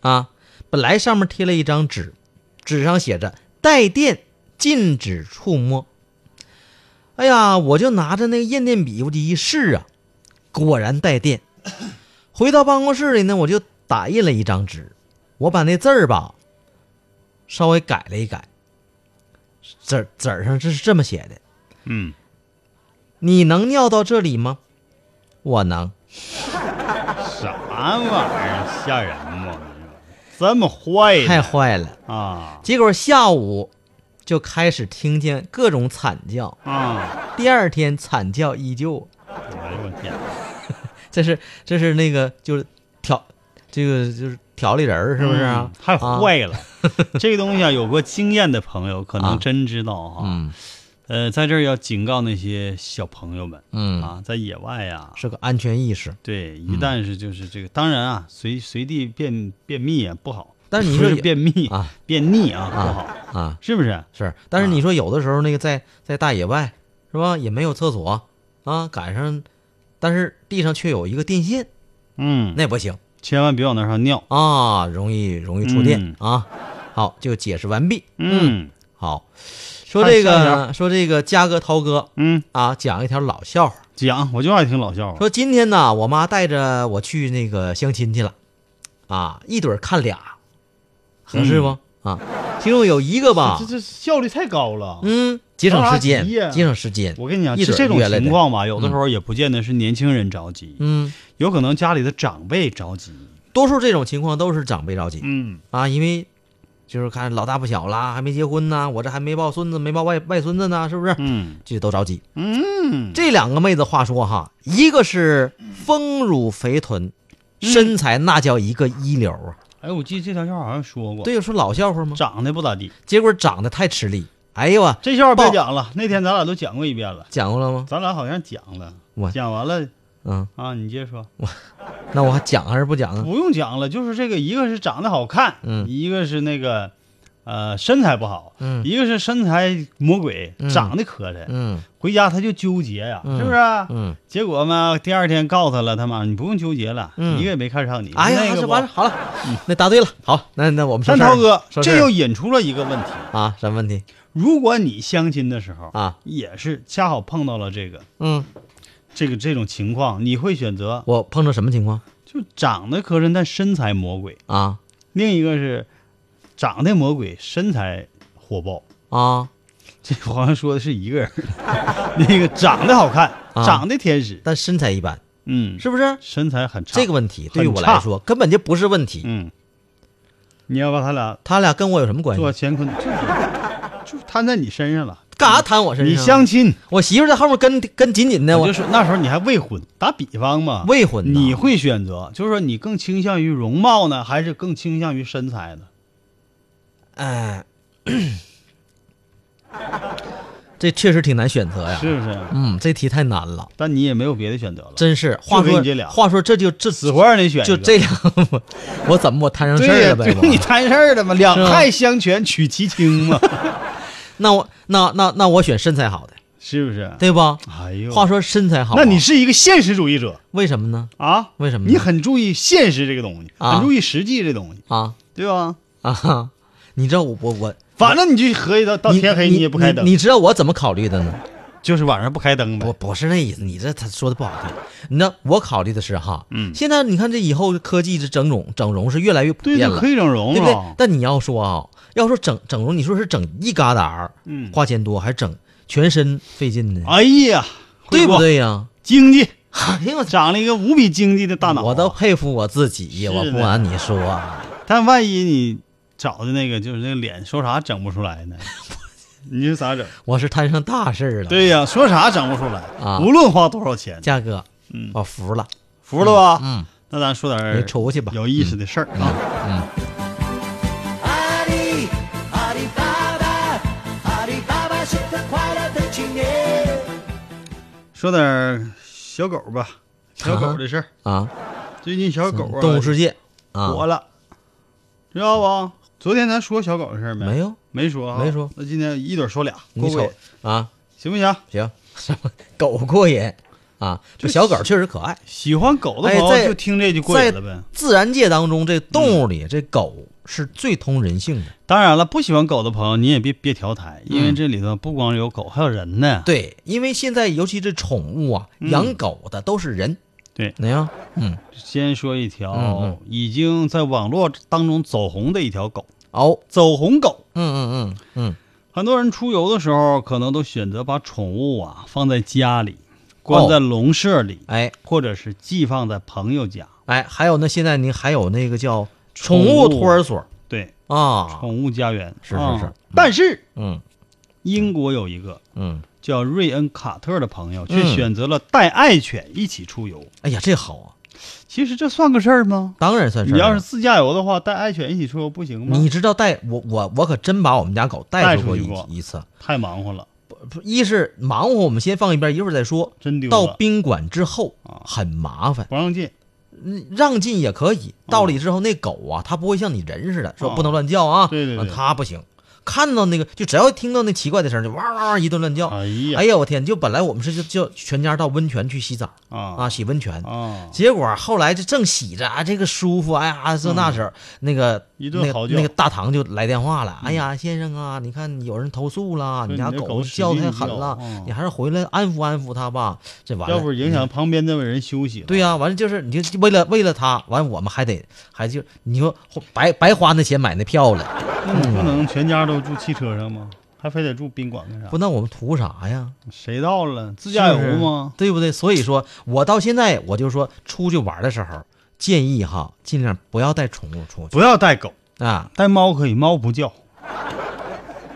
Speaker 3: 啊，本来上面贴了一张纸，纸上写着“带电，禁止触摸”。哎呀，我就拿着那个验电笔，我就一试啊，果然带电。回到办公室里呢，我就打印了一张纸，我把那字儿吧稍微改了一改，纸儿纸儿上这是这么写的：
Speaker 2: 嗯，
Speaker 3: 你能尿到这里吗？我能。
Speaker 2: 啥玩意儿，吓人啊吗？这么坏呢
Speaker 3: 太坏了！
Speaker 2: 啊
Speaker 3: 结果下午就开始听见各种惨叫，
Speaker 2: 啊！
Speaker 3: 第二天惨叫依旧。
Speaker 2: 哎呦我天，
Speaker 3: 这是这是那个就是调这个就是调理人儿是不是啊
Speaker 2: 嗯？太
Speaker 3: 啊
Speaker 2: 坏
Speaker 3: (laughs)
Speaker 2: 了，这个东西啊，有过经验的朋友可
Speaker 3: 啊
Speaker 2: 能真知道哈。
Speaker 3: 嗯
Speaker 2: 呃，在这儿要警告那些小朋友们、
Speaker 3: 嗯，
Speaker 2: 啊，在野外呀、
Speaker 3: 是个安全意识。
Speaker 2: 对，
Speaker 3: 嗯
Speaker 2: 一旦是就是这个，当然啊，随随地便便秘也不好，
Speaker 3: 但是你
Speaker 2: 不
Speaker 3: 说
Speaker 2: 是
Speaker 3: 有
Speaker 2: 便秘
Speaker 3: 啊
Speaker 2: 便秘啊
Speaker 3: 啊
Speaker 2: 不好，
Speaker 3: 啊，
Speaker 2: 是不是？
Speaker 3: 是。但
Speaker 2: 啊
Speaker 3: 是你说有的时候那个在在大野外是吧，也没有厕所啊，赶上，但是地上却有一个电线，
Speaker 2: 嗯，
Speaker 3: 那也不行
Speaker 2: 千万别往那上尿。
Speaker 3: 啊，容易容易触电
Speaker 2: 嗯
Speaker 3: 啊。好，就解释完毕。
Speaker 2: 嗯
Speaker 3: 好，说这
Speaker 2: 下一
Speaker 3: 个说这个嘉哥涛哥
Speaker 2: 嗯，
Speaker 3: 啊，讲一条老笑话。
Speaker 2: 讲，我就爱听老笑话。
Speaker 3: 说今天呢，我妈带着我去那个相亲去了，啊，一对儿看俩，合适
Speaker 2: 嗯
Speaker 3: 不？啊，其中有一个吧
Speaker 2: 这，这效率太高了。
Speaker 3: 啊嗯，节省时间
Speaker 2: 着急呀，
Speaker 3: 节省时间。
Speaker 2: 我跟你讲，
Speaker 3: 一
Speaker 2: 是
Speaker 3: 准
Speaker 2: 这种
Speaker 3: 约来的
Speaker 2: 情况吧，有的时候也不见得是年轻人着急，
Speaker 3: 嗯，
Speaker 2: 有可能家里的长辈着急。
Speaker 3: 多数这种情况都是长辈着急
Speaker 2: 嗯
Speaker 3: 啊，因为就是看老大不小啦，还没结婚呢，我这还没抱孙子，没抱外外孙子呢，是不是？
Speaker 2: 嗯
Speaker 3: 这都着急。
Speaker 2: 嗯，
Speaker 3: 这两个妹子，话说哈，一个是丰乳肥臀，
Speaker 2: 嗯
Speaker 3: 身材那叫一个一流啊。
Speaker 2: 哎，我记得这条笑话好像说过，
Speaker 3: 对，有说老笑话吗？
Speaker 2: 长得不咋地。
Speaker 3: 结果长得太吃力。哎呦啊，
Speaker 2: 这笑话别
Speaker 3: 爆
Speaker 2: 讲了，那天咱俩都讲过一遍了，
Speaker 3: 讲过了吗？
Speaker 2: 咱俩好像讲了
Speaker 3: 我，
Speaker 2: 讲完了
Speaker 3: 嗯，
Speaker 2: 啊，你接着说。
Speaker 3: 那我还讲还是不讲啊？
Speaker 2: 不用讲了，就是这个，一个是长得好看，
Speaker 3: 嗯
Speaker 2: 一个是那个呃身材不好，
Speaker 3: 嗯
Speaker 2: 一个是身材魔鬼，
Speaker 3: 嗯
Speaker 2: 长得磕碜，
Speaker 3: 嗯
Speaker 2: 回家他就纠结呀、
Speaker 3: 嗯
Speaker 2: 是不是？
Speaker 3: 嗯，
Speaker 2: 结果嘛，第二天告诉他了，他妈你不用纠结了，
Speaker 3: 嗯
Speaker 2: 一个也没看上你。
Speaker 3: 哎
Speaker 2: 那
Speaker 3: 呀，
Speaker 2: 个
Speaker 3: 是
Speaker 2: 不
Speaker 3: 完了，好了，那答对了，好，那那我们说
Speaker 2: 但
Speaker 3: 事儿
Speaker 2: 涛哥，
Speaker 3: 说事儿
Speaker 2: 这又引出了一个问题：
Speaker 3: 啊，什么问题
Speaker 2: 如果你相亲的时候
Speaker 3: 啊？
Speaker 2: 也是恰好碰到了这个
Speaker 3: 嗯，
Speaker 2: 这个这种情况，你会选择
Speaker 3: 我碰着什么情况
Speaker 2: 就长得磕碜但身材魔鬼，
Speaker 3: 啊
Speaker 2: 另一个是长得魔鬼身材火爆。
Speaker 3: 啊？
Speaker 2: 这好像说的是一
Speaker 3: (laughs)
Speaker 2: 个人，那个长得好看，
Speaker 3: 啊
Speaker 2: 长得天使，
Speaker 3: 但身材一般，
Speaker 2: 嗯，
Speaker 3: 是不是？
Speaker 2: 身材很差。
Speaker 3: 这个问题对于我
Speaker 2: 很差
Speaker 3: 来说根本就不是问题，
Speaker 2: 嗯，你要把他俩
Speaker 3: 他俩跟我有什么关系
Speaker 2: 做？乾坤，就就摊在你身上了。
Speaker 3: 干啥谈我身上？啊
Speaker 2: 你相亲，
Speaker 3: 我媳妇儿在后面跟跟紧紧的，
Speaker 2: 我
Speaker 3: 我
Speaker 2: 就说那时候你还未婚，打比方嘛，
Speaker 3: 未婚呐
Speaker 2: 啊你会选择，就是说你更倾向于容貌呢，还是更倾向于身材呢？
Speaker 3: 哎， (coughs) 这确实挺难选择呀。
Speaker 2: 是不是？
Speaker 3: 嗯，这题太难了，
Speaker 2: 但你也没有别的选择了，
Speaker 3: 真是。话
Speaker 2: 就给
Speaker 3: 说
Speaker 2: 你这俩
Speaker 3: 话说这就这
Speaker 2: 死活让你选一
Speaker 3: 就
Speaker 2: 个，
Speaker 3: 这两个， (laughs) 我怎么我摊上事
Speaker 2: 对
Speaker 3: 儿
Speaker 2: 呀，
Speaker 3: 了呗？
Speaker 2: 对你
Speaker 3: 我
Speaker 2: 摊事儿了嘛，两
Speaker 3: 是吧
Speaker 2: 害相权取其轻
Speaker 3: (laughs)
Speaker 2: 嘛，
Speaker 3: 那我那那那我选身材好的，
Speaker 2: 是不是？
Speaker 3: 对吧？
Speaker 2: 哎呦，
Speaker 3: 话说身材好啊，
Speaker 2: 那你是一个现实主义者
Speaker 3: 为什么呢？
Speaker 2: 啊？
Speaker 3: 为什么呢
Speaker 2: 你很注意现实这个东西，
Speaker 3: 啊
Speaker 2: 很注意实际这东西，
Speaker 3: 啊
Speaker 2: 对吧？
Speaker 3: 啊哈！你知道我我我
Speaker 2: 反正你就合计到到
Speaker 3: 你
Speaker 2: 天黑，
Speaker 3: 你
Speaker 2: 也不开
Speaker 3: 你
Speaker 2: 灯，
Speaker 3: 你知道我怎么考虑的呢？
Speaker 2: 就是晚上不开灯呗
Speaker 3: 不。不是那意思，你这他说的不好听。你那我考虑的是哈，
Speaker 2: 嗯
Speaker 3: 现在你看这以后科技这整容整容是越来越普
Speaker 2: 对，
Speaker 3: 遍
Speaker 2: 就
Speaker 3: 了，
Speaker 2: 可以整容
Speaker 3: 对不对
Speaker 2: 了？。
Speaker 3: 但你要说啊，要说整整容，你说是整一疙瘩儿，
Speaker 2: 嗯
Speaker 3: 花钱多，还是整全身费劲呢？
Speaker 2: 哎呀，
Speaker 3: 对
Speaker 2: 回
Speaker 3: 不
Speaker 2: 国？
Speaker 3: 对呀？ (laughs)
Speaker 2: 经济
Speaker 3: 哎呦我操！
Speaker 2: 长了一个无比经济的大脑啊，
Speaker 3: 我都佩服我自己，
Speaker 2: 是
Speaker 3: 我不
Speaker 2: 的
Speaker 3: 瞒你说啊，
Speaker 2: 但万一你找的那个就是那个脸，说啥整不出来呢？ (laughs) 你是咋整？
Speaker 3: (laughs) 我是摊上大事儿了。，
Speaker 2: 对呀，说啥整不出来
Speaker 3: 啊
Speaker 2: 无论花多少钱，
Speaker 3: 嘉哥，
Speaker 2: 嗯
Speaker 3: 我服了，
Speaker 2: 服了吧？
Speaker 3: 嗯，
Speaker 2: 那咱说点
Speaker 3: 你
Speaker 2: 儿
Speaker 3: 出去吧。嗯
Speaker 2: 有意思的事儿啊！
Speaker 1: 阿里阿里巴巴，阿里巴巴是个快乐的青年。
Speaker 2: 说点儿小狗吧，小狗的事儿。
Speaker 3: 啊，
Speaker 2: 最近小狗啊，
Speaker 3: 动物世界啊，
Speaker 2: 火了，知道不？昨天咱说小狗的事儿没？
Speaker 3: 没有，
Speaker 2: 没说啊，
Speaker 3: 没说
Speaker 2: 那今天一嘴说俩，
Speaker 3: 你
Speaker 2: 过过
Speaker 3: 瞅
Speaker 2: 瘾，
Speaker 3: 啊，
Speaker 2: 行不行？
Speaker 3: 行， (laughs) 什么狗过瘾啊？这
Speaker 2: 就
Speaker 3: 小狗确实可爱，
Speaker 2: 喜欢狗的朋
Speaker 3: 哎
Speaker 2: 友
Speaker 3: 在
Speaker 2: 就听这就过
Speaker 3: 在
Speaker 2: 瘾了呗。嗯
Speaker 3: 自然界当中，这动物里这狗是最通人性的。
Speaker 2: 当然了，不喜欢狗的朋友你也别别调台，因为这里头不光有狗，还有人呢。
Speaker 3: 嗯对，因为现在尤其这宠物啊，
Speaker 2: 嗯
Speaker 3: 养狗的都是人。
Speaker 2: 对
Speaker 3: 怎么样？嗯，
Speaker 2: 先说一
Speaker 3: 嗯
Speaker 2: 条
Speaker 3: 嗯
Speaker 2: 已经在网络当中走红的一条狗
Speaker 3: 哦，
Speaker 2: ——走红狗。
Speaker 3: 嗯嗯嗯
Speaker 2: 很多人出游的时候，可能都选择把宠物啊放在家
Speaker 3: 哦
Speaker 2: 里，关在笼舍里，
Speaker 3: 嗯，哎
Speaker 2: 或者是寄放在朋友家。
Speaker 3: 哎，还有呢，现在您还有那个叫
Speaker 2: 宠
Speaker 3: 宠
Speaker 2: 物
Speaker 3: 物托儿所
Speaker 2: 对，
Speaker 3: 啊，
Speaker 2: 宠物家园
Speaker 3: 是是
Speaker 2: 啊
Speaker 3: 是嗯
Speaker 2: 但是
Speaker 3: 嗯
Speaker 2: 英国有一个
Speaker 3: 嗯，
Speaker 2: 叫瑞恩·卡特的朋友，却
Speaker 3: 嗯
Speaker 2: 选择了带爱犬一起出游。
Speaker 3: 哎呀，这好啊，
Speaker 2: 其实这算个事儿吗？
Speaker 3: 当然算是。
Speaker 2: 你要是自驾游的话，带爱犬一起出游不行吗？
Speaker 3: 你知道带我我我可真把我们家狗带
Speaker 2: 带
Speaker 3: 出
Speaker 2: 出
Speaker 3: 过
Speaker 2: 去
Speaker 3: 一
Speaker 2: 过
Speaker 3: 一次，
Speaker 2: 太忙活了，
Speaker 3: 不一是忙活，我们先放一边，一会儿再说。
Speaker 2: 真丢
Speaker 3: 到
Speaker 2: 了，
Speaker 3: 宾馆之后
Speaker 2: 啊
Speaker 3: 很麻烦，
Speaker 2: 不让进。
Speaker 3: 嗯让进也可以。到了之后，那狗啊，它不会像你人似的说
Speaker 2: 啊
Speaker 3: 不能乱叫啊，
Speaker 2: 对对对
Speaker 3: 它不行。看到那个，就只要听到那奇怪的声儿，就哇哇哇一顿乱叫。
Speaker 2: 哎呀，
Speaker 3: 哎呀，我天！就本来我们是叫全家到温泉去洗澡啊，
Speaker 2: 啊
Speaker 3: 洗温泉。
Speaker 2: 啊！
Speaker 3: 结果后来这正洗着啊，这个舒服，哎呀，这那时候、那个
Speaker 2: 啊一顿
Speaker 3: 那
Speaker 2: 嚎
Speaker 3: 个
Speaker 2: 叫
Speaker 3: 那个大堂就来电话了，哎呀，先生啊，你看有人投诉了，
Speaker 2: 说
Speaker 3: 你家
Speaker 2: 你这
Speaker 3: 狗
Speaker 2: 嗯狗
Speaker 3: 叫
Speaker 2: 使
Speaker 3: 太
Speaker 2: 劲
Speaker 3: 狠
Speaker 2: 叫
Speaker 3: 了，
Speaker 2: 嗯
Speaker 3: 你还是回来安抚安抚它吧。这完了，
Speaker 2: 要不影响旁边那位人休息了。
Speaker 3: 对呀、完了就是你就为了为了它，完我们还得还就你说白白花那钱买那票
Speaker 2: (laughs)
Speaker 3: 了，
Speaker 2: 那你不能全家都住汽车上吗？还非得住宾馆干啥
Speaker 3: 不？那我们图啥呀？
Speaker 2: 谁到了自驾
Speaker 3: 是
Speaker 2: 游
Speaker 3: 不是
Speaker 2: 吗？
Speaker 3: 对不对？所以说我到现在我就说出去玩的时候，建议哈尽量不要带宠物出去
Speaker 2: 不要带狗，
Speaker 3: 啊。
Speaker 2: 带猫可以，猫不叫。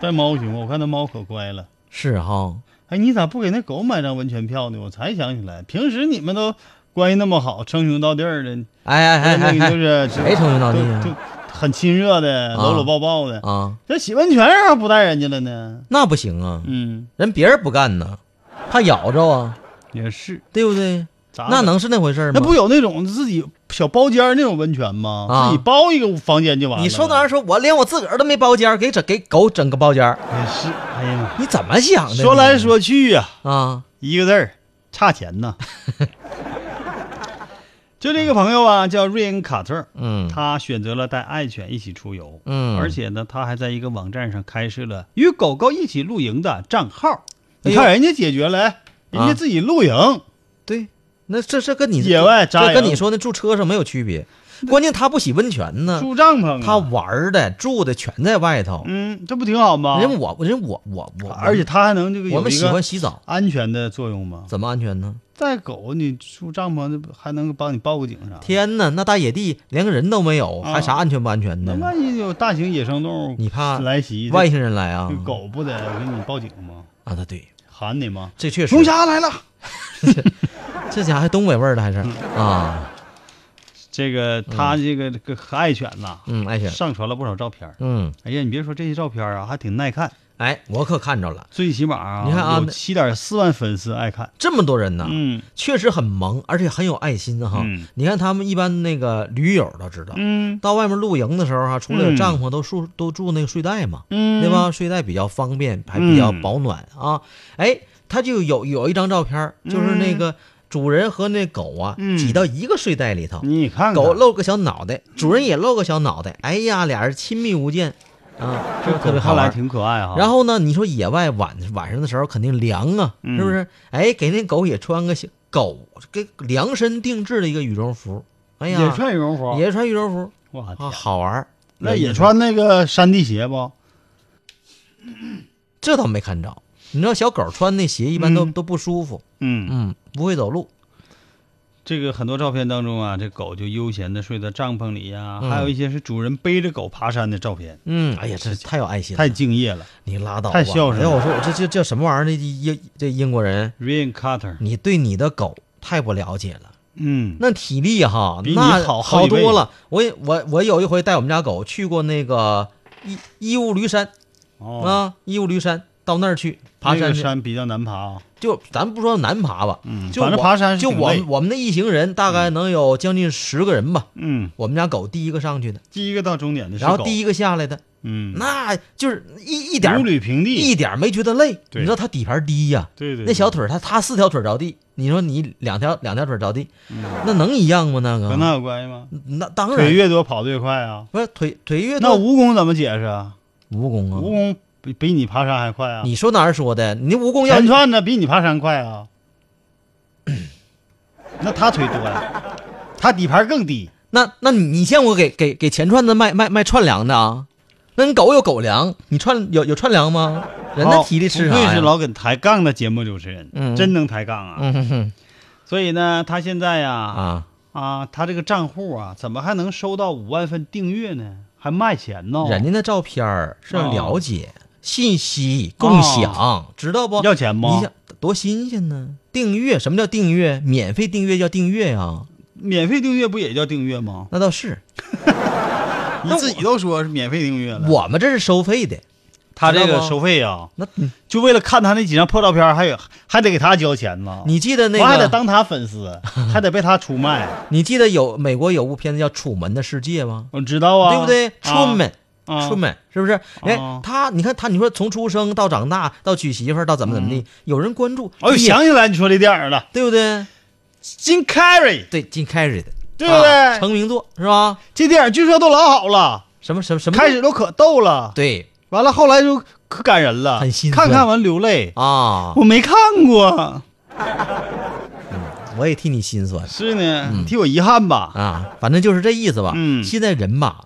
Speaker 2: 带猫行吗？我看那猫可乖了。
Speaker 3: 是哈，
Speaker 2: 哎，你咋不给那狗买张温泉票呢？我才想起来，平时你们都关系那么好，称兄道弟儿的，
Speaker 3: 哎哎哎
Speaker 2: 那
Speaker 3: 哎
Speaker 2: 个就
Speaker 3: 哎，
Speaker 2: 是
Speaker 3: 谁称兄道弟
Speaker 2: 就就
Speaker 3: 啊？
Speaker 2: 很亲热的，搂搂抱抱的。
Speaker 3: 啊，
Speaker 2: 这洗温泉还不带人家了呢？
Speaker 3: 那不行啊，
Speaker 2: 嗯，
Speaker 3: 人别人不干呢，怕咬着啊，
Speaker 2: 也是，
Speaker 3: 对不对？
Speaker 2: 咋
Speaker 3: 那
Speaker 2: 整
Speaker 3: 能是那回事儿吗？
Speaker 2: 那不有那种自己小包间儿那种温泉吗？
Speaker 3: 啊
Speaker 2: 自己包一个房间就完了。
Speaker 3: 你收到人说，我连我自个儿都没包间儿，给整给狗整个包间儿，
Speaker 2: 也是，哎呀妈，
Speaker 3: 你怎么想的？
Speaker 2: 说来说去呀、
Speaker 3: 啊，
Speaker 2: 一个字儿，差
Speaker 3: (laughs)
Speaker 2: 钱呐。就这个朋友啊，叫瑞恩·卡特儿，
Speaker 3: 嗯
Speaker 2: 他选择了带爱犬一起出游，
Speaker 3: 嗯
Speaker 2: 而且呢，他还在一个网站上开设了与狗狗一起露营的账号。
Speaker 3: 哎呦啊
Speaker 2: 你看人家解决了，人家自己露营，
Speaker 3: 对，那这这跟你
Speaker 2: 野外扎
Speaker 3: 这跟
Speaker 2: 营
Speaker 3: 你说那住车上没有区别，关键他不洗温泉呢，
Speaker 2: 住帐篷啊，
Speaker 3: 嗯他玩儿的住的全在外头。
Speaker 2: 嗯，这不挺好吗？
Speaker 3: 人我人我我我，
Speaker 2: 而且他还能这个
Speaker 3: 我
Speaker 2: 有
Speaker 3: 们
Speaker 2: 一
Speaker 3: 喜欢
Speaker 2: 个
Speaker 3: 洗澡，
Speaker 2: 安全的作用吗？
Speaker 3: 怎么安全呢？
Speaker 2: 带狗你住帐篷还能帮你报个警啥的？
Speaker 3: 天哪，那大野地连个人都没有，
Speaker 2: 啊
Speaker 3: 还啥安全不安全
Speaker 2: 那
Speaker 3: 的？
Speaker 2: 万一有大型野生动物
Speaker 3: 你怕
Speaker 2: 来袭，
Speaker 3: 外星人来啊
Speaker 2: 这？狗不得给你报警吗？
Speaker 3: 啊，那对，
Speaker 2: 喊你吗？
Speaker 3: 这确实
Speaker 2: 龙，虾来了！
Speaker 3: 这家还东北味儿的还是
Speaker 2: 嗯
Speaker 3: 啊，
Speaker 2: 这个他这个这个和爱犬呐，
Speaker 3: 嗯，爱犬，
Speaker 2: 上传了不少照片儿。
Speaker 3: 嗯，
Speaker 2: 哎呀，你别说这些照片儿啊，还挺耐看，
Speaker 3: 哎，我可看着了，
Speaker 2: 最起码啊，
Speaker 3: 你看啊
Speaker 2: 有
Speaker 3: 那
Speaker 2: 七点四万粉丝爱看。
Speaker 3: 这么多人呢，
Speaker 2: 嗯
Speaker 3: 确实很萌，而且很有爱心哈
Speaker 2: 嗯。
Speaker 3: 你看他们一般那个驴友都知道，
Speaker 2: 嗯
Speaker 3: 到外面露营的时候哈，除了有
Speaker 2: 嗯
Speaker 3: 帐篷，都住都住那个睡袋嘛，
Speaker 2: 嗯
Speaker 3: 对？吧？睡袋比较方便，还比较
Speaker 2: 嗯
Speaker 3: 保暖啊。哎，他就有有一张照片儿，就是那个主人和那狗啊
Speaker 2: 嗯
Speaker 3: 挤到一个睡袋里头，
Speaker 2: 你看看
Speaker 3: 狗露个小脑袋，主人也露个小脑袋，哎呀，俩人亲密无间啊，
Speaker 2: 这
Speaker 3: 特
Speaker 2: 狗
Speaker 3: 别好
Speaker 2: 看
Speaker 3: 玩
Speaker 2: 来
Speaker 3: 儿。
Speaker 2: 挺可爱哈。
Speaker 3: 然后呢，你说野外晚晚上的时候肯定凉啊，
Speaker 2: 嗯
Speaker 3: 是不是？哎，给那狗也穿个小狗给量身定制的一个羽绒服，哎呀，
Speaker 2: 也穿羽绒服，
Speaker 3: 也穿羽绒服
Speaker 2: 哇，
Speaker 3: 啊，好玩儿。
Speaker 2: 那也穿那个山地鞋不？
Speaker 3: 这倒没看着。你知道小狗穿那鞋一般都、
Speaker 2: 嗯
Speaker 3: 都不舒服，
Speaker 2: 嗯，
Speaker 3: 嗯，不会走路。
Speaker 2: 这个很多照片当中啊，这狗就悠闲的睡在帐篷里呀、
Speaker 3: 嗯
Speaker 2: 还有一些是主人背着狗爬山的照片，
Speaker 3: 嗯，哎呀，这太有爱心了，
Speaker 2: 太敬业了。
Speaker 3: 你拉倒吧，
Speaker 2: 太孝顺了
Speaker 3: 哎呀，我说我这这叫什么玩意儿？这英这英国人，
Speaker 2: Rain Carter，
Speaker 3: 你对你的狗太不了解了。
Speaker 2: 嗯，
Speaker 3: 那体力哈，
Speaker 2: 比你
Speaker 3: 那
Speaker 2: 好好
Speaker 3: 好
Speaker 2: 几倍
Speaker 3: 多了。我也我我有一回带我们家狗去过那个义义乌驴山、
Speaker 2: 哦，
Speaker 3: 啊，义乌驴山到那儿去爬
Speaker 2: 那
Speaker 3: 山
Speaker 2: 个
Speaker 3: 去。
Speaker 2: 山比较难爬啊。
Speaker 3: 就咱不说难爬吧，
Speaker 2: 嗯
Speaker 3: 就
Speaker 2: 反正
Speaker 3: 我
Speaker 2: 爬山是
Speaker 3: 就
Speaker 2: 挺
Speaker 3: 我
Speaker 2: 累
Speaker 3: 们我们那一行人大概能有将近十个人吧。
Speaker 2: 嗯，
Speaker 3: 我们家狗第一个上去的，
Speaker 2: 第一个到终点的是
Speaker 3: 然
Speaker 2: 狗，
Speaker 3: 后第一个下来的，
Speaker 2: 嗯，
Speaker 3: 那就是一一点儿
Speaker 2: 如履平地，
Speaker 3: 一点儿没觉得累。你
Speaker 2: 对
Speaker 3: 知道它底盘低呀、
Speaker 2: 对对，
Speaker 3: 那小腿儿它它四条腿儿着地，你说你两条两条腿儿着地，那能一样吗？那
Speaker 2: 对和
Speaker 3: 个
Speaker 2: 那有关系吗？
Speaker 3: 那当
Speaker 2: 嗯腿
Speaker 3: 然
Speaker 2: 越多跑得越快啊。
Speaker 3: 不是腿腿越多
Speaker 2: 那蜈蚣怎么解释啊？
Speaker 3: 蜈蚣
Speaker 2: 蜈
Speaker 3: 啊，
Speaker 2: 蚣比比你爬山还快啊！
Speaker 3: 你说哪儿说的？你那蜈蚣要
Speaker 2: 前窜的比你爬山快
Speaker 3: (coughs)
Speaker 2: 啊。那他腿多呀，他底盘更低。
Speaker 3: 那那你你见过给给给钱串子卖卖卖串粮的啊？那你狗有狗粮，你串有有串粮吗？人的
Speaker 2: 好
Speaker 3: 体力吃
Speaker 2: 不
Speaker 3: 啥
Speaker 2: 愧哦是
Speaker 3: 呀？
Speaker 2: 老耿抬杠的节目主持人，
Speaker 3: 嗯
Speaker 2: 真能抬杠啊！
Speaker 3: 嗯哼哼
Speaker 2: 所以呢，他现在呀啊
Speaker 3: 啊，
Speaker 2: 他这个账户啊，怎么还能收到五万份订阅呢？还卖钱呢？
Speaker 3: 人家那照片儿是要
Speaker 2: 哦
Speaker 3: 了解、信息共享，知道不？
Speaker 2: 要钱吗
Speaker 3: 你想多新鲜呢？订阅什么叫订阅？免费订阅叫订阅呀、
Speaker 2: 免费订阅不也叫订阅吗？
Speaker 3: 那倒是，
Speaker 2: 你自己都说是免费订阅了，
Speaker 3: 我们这是收费的。
Speaker 2: 他这
Speaker 3: 知道
Speaker 2: 个
Speaker 3: 吗
Speaker 2: 收费啊，
Speaker 3: 那嗯
Speaker 2: 就为了看他那几张破照片，还有还得给他交钱呢。
Speaker 3: 你记得那
Speaker 2: 我还得
Speaker 3: 个？
Speaker 2: 当他
Speaker 3: (laughs)
Speaker 2: 粉丝，还得被他出卖。
Speaker 3: 你记得有美国有部片子叫《楚门的世界》吗？
Speaker 2: 我知道啊，
Speaker 3: 对不对？
Speaker 2: 啊
Speaker 3: 楚门，
Speaker 2: 啊
Speaker 3: 楚门是不是？哎
Speaker 2: 啊，
Speaker 3: 他你看他，你说从出生到长大，到娶媳妇儿，到怎么怎么地，有人关注。也
Speaker 2: 哦，嗯想起来你说这电影了
Speaker 3: 对不对？
Speaker 2: ，Jim Carrey，
Speaker 3: 对，金凯瑞的，
Speaker 2: 对不对
Speaker 3: 啊成名作是吧？
Speaker 2: 这电影据说都老好了，
Speaker 3: 什么什么什么？
Speaker 2: 开始都可逗了，
Speaker 3: 对
Speaker 2: 完了后来就可感人了，
Speaker 3: 很心酸
Speaker 2: 看看完流泪。
Speaker 3: 啊，
Speaker 2: 我没看过，
Speaker 3: 我也替你心酸
Speaker 2: 是呢，
Speaker 3: 嗯
Speaker 2: 你替我遗憾吧。
Speaker 3: 啊，反正就是这意思吧。
Speaker 2: 嗯
Speaker 3: 现在人吧，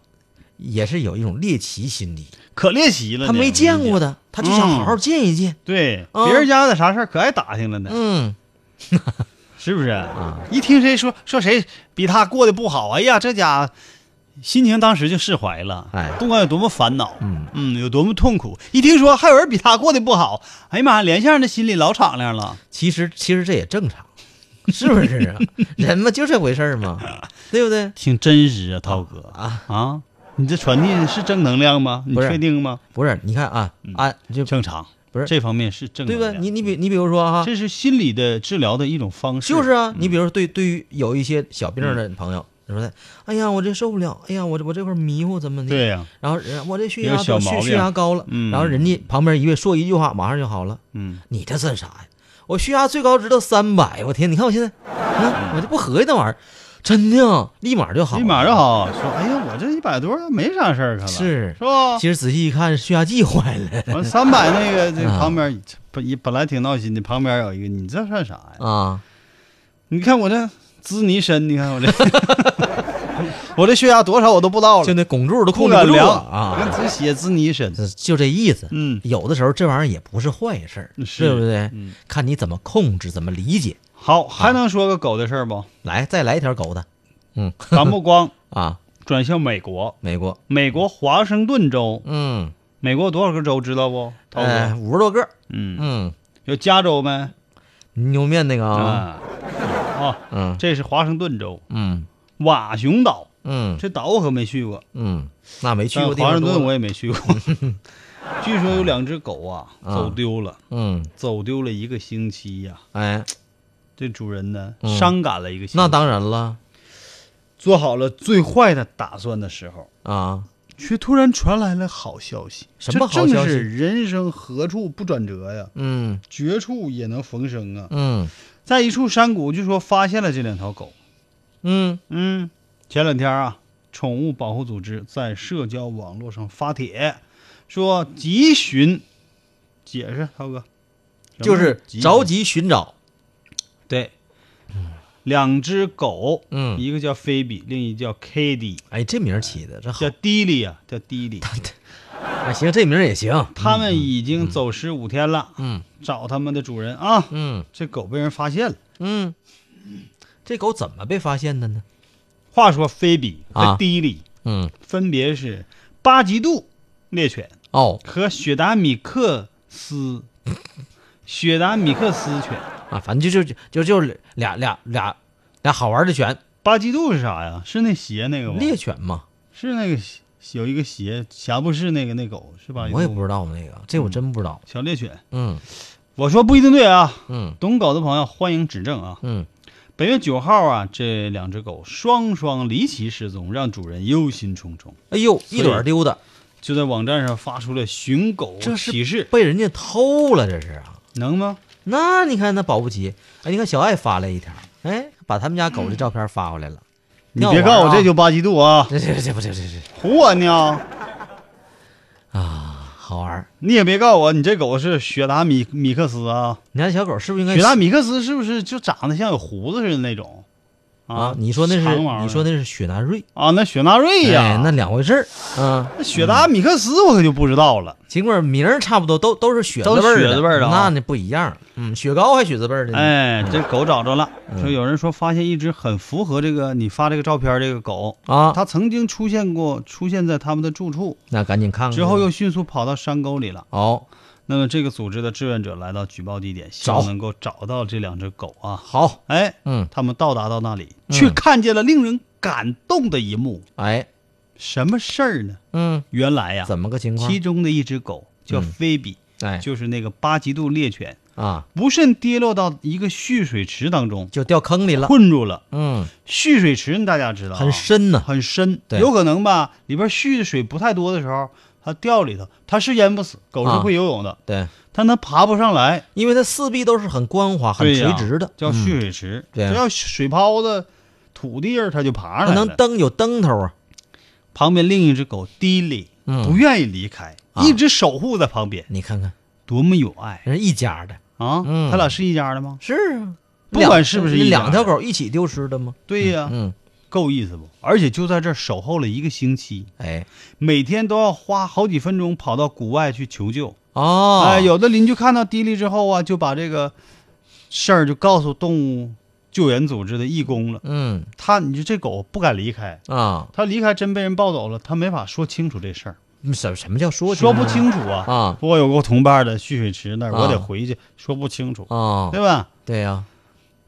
Speaker 3: 也是有一种猎奇心理，
Speaker 2: 可猎奇了呢，
Speaker 3: 他没见过
Speaker 2: 的，
Speaker 3: 的，他就想
Speaker 2: 嗯
Speaker 3: 好好见一见。
Speaker 2: 对，
Speaker 3: 嗯
Speaker 2: 别人家的啥事儿可爱打听了呢，
Speaker 3: 嗯，
Speaker 2: 是不是？
Speaker 3: 啊
Speaker 2: 一听谁说说谁比他过得不好，哎呀，这家心情当时就释怀了，
Speaker 3: 哎
Speaker 2: 不管有多么烦恼，
Speaker 3: 嗯
Speaker 2: 有多么痛苦，一听说还有人比他过得不好，哎呀妈呀，连下那心里老敞亮了。
Speaker 3: 其实其实这也正常， (laughs) 是不是
Speaker 2: (laughs)
Speaker 3: 啊？人嘛就这回事儿嘛，对不对？
Speaker 2: 挺真实啊，涛哥
Speaker 3: 啊
Speaker 2: 啊！你这传递的是正能量吗？你
Speaker 3: 不是
Speaker 2: 确定吗？
Speaker 3: 不是，你看啊啊，就
Speaker 2: 正常，
Speaker 3: 不是
Speaker 2: 嗯这方面是正
Speaker 3: 对
Speaker 2: 能
Speaker 3: 不对？
Speaker 2: 量。
Speaker 3: 你你比你比如说啊，
Speaker 2: 这是心理的治疗的一种方式，嗯
Speaker 3: 就是啊，你比如说对对于有一些小病儿的朋友，他说：“哎呀，我这受不了，哎呀，我这我这块迷糊怎么的？”
Speaker 2: 对呀、
Speaker 3: 然后人我这血
Speaker 2: 有
Speaker 3: 压
Speaker 2: 小
Speaker 3: 高血
Speaker 2: 毛
Speaker 3: 血
Speaker 2: 病
Speaker 3: 压高了，
Speaker 2: 嗯
Speaker 3: 然后人家旁边一位说一句话，马上就好了。
Speaker 2: 嗯，
Speaker 3: 你这算啥呀？我血压最高值到三百，我天！你看我现在，啊，我就不合计那玩意儿，真的，立马就好，
Speaker 2: 立马就。好说，哎呀，我这一百多没啥事儿，看来
Speaker 3: 是
Speaker 2: 是吧？
Speaker 3: 其实仔细一看，血压计坏了
Speaker 2: (laughs) 完三百那个这
Speaker 3: 啊
Speaker 2: 旁边本本来挺闹心的，旁边有一个，你这算啥呀？
Speaker 3: 啊！
Speaker 2: 你看我这滋泥身，你看我这， (laughs) 我这血压多少我都不知道
Speaker 3: 就
Speaker 2: 了，
Speaker 3: 那汞柱都控制
Speaker 2: 敢
Speaker 3: 不住
Speaker 2: 量
Speaker 3: 了
Speaker 2: 我看
Speaker 3: 啊！
Speaker 2: 这血滋泥
Speaker 3: (laughs)
Speaker 2: 身，
Speaker 3: 就就这意思。
Speaker 2: 嗯
Speaker 3: 有的时候这玩意儿也不是坏事儿，
Speaker 2: 是
Speaker 3: 对不对？
Speaker 2: 嗯
Speaker 3: 看你怎么控制，怎么理解。
Speaker 2: 好，还能说个狗的事儿不？
Speaker 3: 来，再来一条狗的嗯
Speaker 2: 咱目
Speaker 3: (laughs)
Speaker 2: 光
Speaker 3: 啊！
Speaker 2: 转向美国，
Speaker 3: 美国，
Speaker 2: 美国华盛顿州，
Speaker 3: 嗯，
Speaker 2: 美国有多少个州知道不？涛
Speaker 3: 哎，
Speaker 2: 哥，
Speaker 3: 五十多个，
Speaker 2: 嗯，
Speaker 3: 嗯，
Speaker 2: 有加州没？
Speaker 3: 牛面那个啊，
Speaker 2: 啊，哦，
Speaker 3: 嗯
Speaker 2: 这是华盛顿州，
Speaker 3: 嗯
Speaker 2: 瓦熊岛，
Speaker 3: 嗯
Speaker 2: 这岛我可没去过，
Speaker 3: 嗯，那没去
Speaker 2: 但
Speaker 3: 过地
Speaker 2: 华
Speaker 3: 方
Speaker 2: 盛
Speaker 3: 多
Speaker 2: 顿我
Speaker 3: 了，
Speaker 2: 也没去过。
Speaker 3: (laughs)
Speaker 2: 据说有两只狗啊，
Speaker 3: 啊
Speaker 2: 走丢了，
Speaker 3: 嗯，
Speaker 2: 走丢了一个星期呀、
Speaker 3: 哎，
Speaker 2: 这主人呢，
Speaker 3: 嗯
Speaker 2: 伤感了一个星期。
Speaker 3: 那当然了
Speaker 2: 做好了最坏的打算的时候，
Speaker 3: 啊，
Speaker 2: 却突然传来了好消息。
Speaker 3: 什么好消
Speaker 2: 这
Speaker 3: 息
Speaker 2: 正是人生何处不转折呀，
Speaker 3: 嗯
Speaker 2: 绝处也能逢生啊！
Speaker 3: 嗯
Speaker 2: 在一处山谷，据说发现了这两条狗。
Speaker 3: 嗯
Speaker 2: 嗯，前两天啊，宠物保护组织在社交网络上发帖，说急寻，解释涛哥，什
Speaker 3: 就
Speaker 2: 么
Speaker 3: 是
Speaker 2: 急
Speaker 3: 着
Speaker 2: 寻
Speaker 3: 急寻找，
Speaker 2: 对，两只狗，
Speaker 3: 嗯
Speaker 2: 一个叫菲比，另一个叫 Kitty，
Speaker 3: 哎，这名儿起的这好
Speaker 2: 叫，迪莉啊，叫迪莉。
Speaker 3: (laughs) 哎，行，这名儿也行，
Speaker 2: 他们已经走失五天了，
Speaker 3: 嗯
Speaker 2: 找他们的主人啊，
Speaker 3: 嗯
Speaker 2: 这狗被人发现了。
Speaker 3: 嗯，这狗怎么被发现的呢？
Speaker 2: 话说菲比和
Speaker 3: 啊
Speaker 2: 迪莉
Speaker 3: 嗯，
Speaker 2: 分别是巴吉杜猎犬
Speaker 3: 哦
Speaker 2: 和雪达米克斯，雪达米克斯犬。
Speaker 3: 啊，反正就就就就俩俩俩俩好玩的犬，
Speaker 2: 巴吉杜是啥呀？是那鞋那个吗？
Speaker 3: 猎犬嘛，
Speaker 2: 是那个鞋有一个鞋，侠布士那个那狗是吧？
Speaker 3: 我也不知道那个，这
Speaker 2: 嗯
Speaker 3: 我真不知道，
Speaker 2: 小猎犬。
Speaker 3: 嗯
Speaker 2: 我说不一定对啊，
Speaker 3: 嗯
Speaker 2: 懂狗的朋友欢迎指正啊。
Speaker 3: 嗯，
Speaker 2: 本月九号啊，这两只狗双双离奇失踪，让主人忧心忡忡，
Speaker 3: 哎呦，一盹儿丢的，
Speaker 2: 就在网站上发出了寻狗
Speaker 3: 这是
Speaker 2: 启事，
Speaker 3: 被人家偷了，这是啊。
Speaker 2: 能吗？
Speaker 3: 那你看那保不齐，哎，你看小爱发了一条，哎，把他们家狗的照片发过来了。
Speaker 2: 你别告诉我这就八季度啊，
Speaker 3: 这这这不这这这
Speaker 2: 唬我呢！
Speaker 3: 好玩儿。
Speaker 2: 啊你也别告诉我你这狗是雪达米米克斯啊，
Speaker 3: 你家小狗是不是应该
Speaker 2: 雪达米克斯是不是就长得像有胡子似的那种？
Speaker 3: 啊？你说那是
Speaker 2: 长毛的
Speaker 3: 你说那是雪纳瑞
Speaker 2: 啊？那雪纳瑞呀、
Speaker 3: 哎那两回事儿。嗯，
Speaker 2: 那雪达米克斯我可就不知道了。
Speaker 3: 尽管名儿差不多，都都是雪字
Speaker 2: 都
Speaker 3: 辈
Speaker 2: 是
Speaker 3: 儿的，
Speaker 2: 雪字辈儿的啊
Speaker 3: 那那不一样。嗯，雪糕还雪字辈儿的呢。
Speaker 2: 哎，这狗找着了，
Speaker 3: 嗯
Speaker 2: 说有人说发现一只很符合这个你发这个照片这个狗，
Speaker 3: 啊，
Speaker 2: 它曾经出现过，出现在他们的住处，
Speaker 3: 那赶紧看看。
Speaker 2: 之后又迅速跑到山沟里了。
Speaker 3: 哦，
Speaker 2: 那么这个组织的志愿者来到举报地点，希望能够找到这两只狗啊。
Speaker 3: 好，
Speaker 2: 哎，
Speaker 3: 嗯，
Speaker 2: 他们到达到那里，却看见了令人感动的一幕。
Speaker 3: 哎，
Speaker 2: 什么事儿呢？
Speaker 3: 嗯，
Speaker 2: 原来呀，
Speaker 3: 怎么个情况
Speaker 2: 其？中的一只狗叫
Speaker 3: 嗯
Speaker 2: 菲比，
Speaker 3: 哎，
Speaker 2: 就是那个巴吉杜猎犬，
Speaker 3: 啊，
Speaker 2: 不慎跌落到一个蓄水池当中，
Speaker 3: 就掉坑里了。
Speaker 2: 困住了。
Speaker 3: 嗯，
Speaker 2: 蓄水池大家知道啊
Speaker 3: 很深呐。
Speaker 2: 很深，
Speaker 3: 对
Speaker 2: 有可能吧，里边蓄的水不太多的时候，它掉里头，它是淹不死，狗是
Speaker 3: 啊
Speaker 2: 会游泳的，
Speaker 3: 对，
Speaker 2: 但它爬不上来，
Speaker 3: 因为它四壁都是很光滑、很
Speaker 2: 对呀
Speaker 3: 垂直的，
Speaker 2: 叫
Speaker 3: 嗯
Speaker 2: 蓄水池，
Speaker 3: 对呀
Speaker 2: 只要水泡子、土地儿，它就爬
Speaker 3: 不
Speaker 2: 上来
Speaker 3: 能
Speaker 2: 了。
Speaker 3: 蹬有蹬头啊。
Speaker 2: 旁边另一只狗迪里
Speaker 3: 嗯
Speaker 2: 不愿意离开，
Speaker 3: 啊
Speaker 2: 一直守护在旁边，
Speaker 3: 你看看，
Speaker 2: 多么有爱
Speaker 3: 人家一家的，
Speaker 2: 啊！
Speaker 3: 嗯
Speaker 2: 他俩是一家的吗？
Speaker 3: 是啊，
Speaker 2: 不管是不是一家
Speaker 3: 两
Speaker 2: 的啊
Speaker 3: 条狗一起丢失的吗？
Speaker 2: 对呀、
Speaker 3: 嗯，
Speaker 2: 够意思不？而且就在这儿守候了一个星期，
Speaker 3: 哎，
Speaker 2: 每天都要花好几分钟跑到谷外去求救。
Speaker 3: 哦，
Speaker 2: 哎，有的邻居看到迪丽之后啊，就把这个事儿就告诉动物救援组织的义工了。
Speaker 3: 嗯
Speaker 2: 他，你说这狗不敢离开，
Speaker 3: 啊，
Speaker 2: 它离开真被人抱走了，它没法说清楚这事儿，
Speaker 3: 什什么叫说
Speaker 2: 说不
Speaker 3: 楚
Speaker 2: 清楚啊。
Speaker 3: 啊
Speaker 2: 我有个同伴的蓄水池那儿，我得
Speaker 3: 啊
Speaker 2: 回去，说不清楚，
Speaker 3: 啊？
Speaker 2: 对吧？
Speaker 3: 对呀，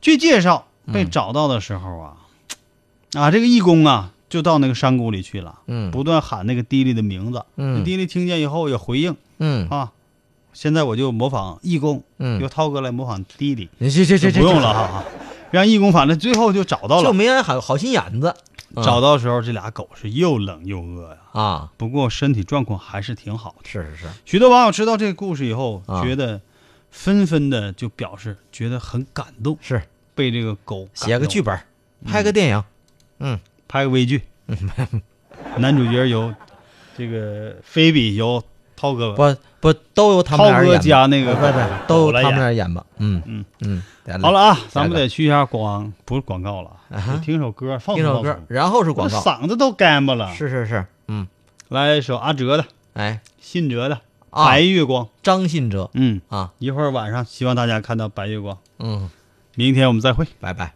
Speaker 2: 据介绍，被
Speaker 3: 嗯
Speaker 2: 找到的时候啊，啊，这个义工啊，就到那个山谷里去了，
Speaker 3: 嗯
Speaker 2: 不断喊那个迪丽的名字。
Speaker 3: 嗯
Speaker 2: 那迪丽听见以后也回应
Speaker 3: 嗯
Speaker 2: 啊。现在我就模仿义工，由
Speaker 3: 嗯，
Speaker 2: 涛哥来模仿迪丽，
Speaker 3: 这这这
Speaker 2: 就
Speaker 3: 这
Speaker 2: 不用了，哈。让义工反正最后就找到
Speaker 3: 就
Speaker 2: 了，
Speaker 3: 没安好好心眼子，嗯
Speaker 2: 找到时候，这俩狗是又冷又饿呀、
Speaker 3: 啊，
Speaker 2: 不过身体状况还是挺好的。
Speaker 3: 是是是，
Speaker 2: 许多网友知道这个故事以后，
Speaker 3: 啊
Speaker 2: 觉得纷纷的就表示觉得很感动，
Speaker 3: 是
Speaker 2: 被这个狗感动
Speaker 3: 写个剧本，拍个电影，
Speaker 2: 拍个
Speaker 3: (laughs)
Speaker 2: 微剧，男主角由这个菲比由涛哥
Speaker 3: 不不都由他们
Speaker 2: 涛
Speaker 3: 俩
Speaker 2: 嗯哥
Speaker 3: 演吧，哎
Speaker 2: 家那个
Speaker 3: 不不都由
Speaker 2: 狗来
Speaker 3: 他们
Speaker 2: 演。
Speaker 3: 俩演吧，嗯
Speaker 2: 嗯
Speaker 3: 嗯，得
Speaker 2: 好了，啊，
Speaker 3: 下
Speaker 2: 咱
Speaker 3: 一
Speaker 2: 们
Speaker 3: 个
Speaker 2: 得去一下广，不是广告了，得听首歌，放
Speaker 3: 啊听
Speaker 2: 松
Speaker 3: 首
Speaker 2: 放
Speaker 3: 歌
Speaker 2: 松，。
Speaker 3: 然后是广
Speaker 2: 我
Speaker 3: 告，
Speaker 2: 嗓子都干巴了。
Speaker 3: 是是是，嗯，
Speaker 2: 来一首阿哲的、
Speaker 3: 哎，
Speaker 2: 信哲的《
Speaker 3: 啊
Speaker 2: 白月光》。
Speaker 3: 张信哲
Speaker 2: 嗯，
Speaker 3: 啊，
Speaker 2: 一会儿晚上希望大家看到白月光。
Speaker 3: 嗯，
Speaker 2: 明天我们再会。
Speaker 3: 拜拜。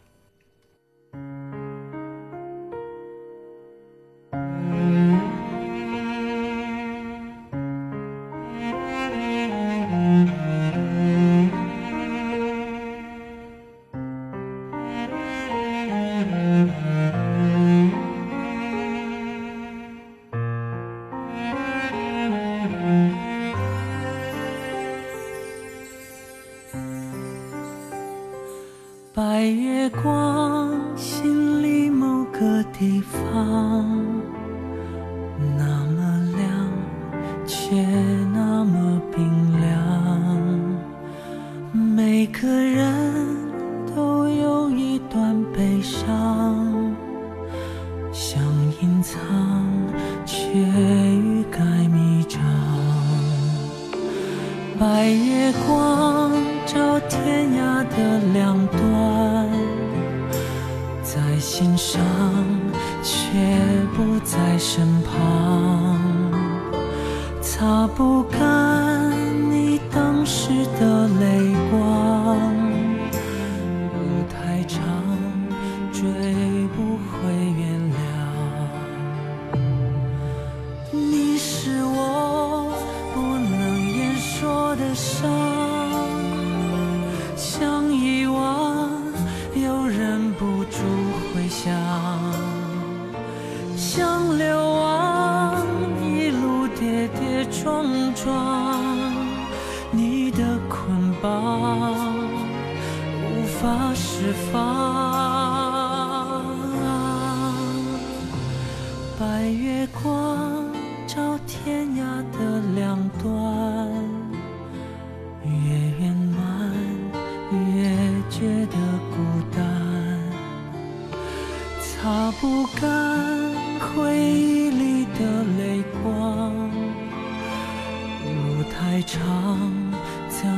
Speaker 6: 白月光，心里某个地方，那么亮，却那么冰凉。每个人都有一段悲伤，想隐藏，却欲盖弥彰。白月光照天涯的两端，在心上却不在身旁，擦不干你当时的泪光。路太长，追不回原谅。你是我不能言说的伤，想遗忘又忍不住回想，想流亡一路跌跌撞撞，你的捆绑无法释放。白月光照天涯的两端，越圆满越觉得孤单，擦不干回忆里的泪光，路太长，怎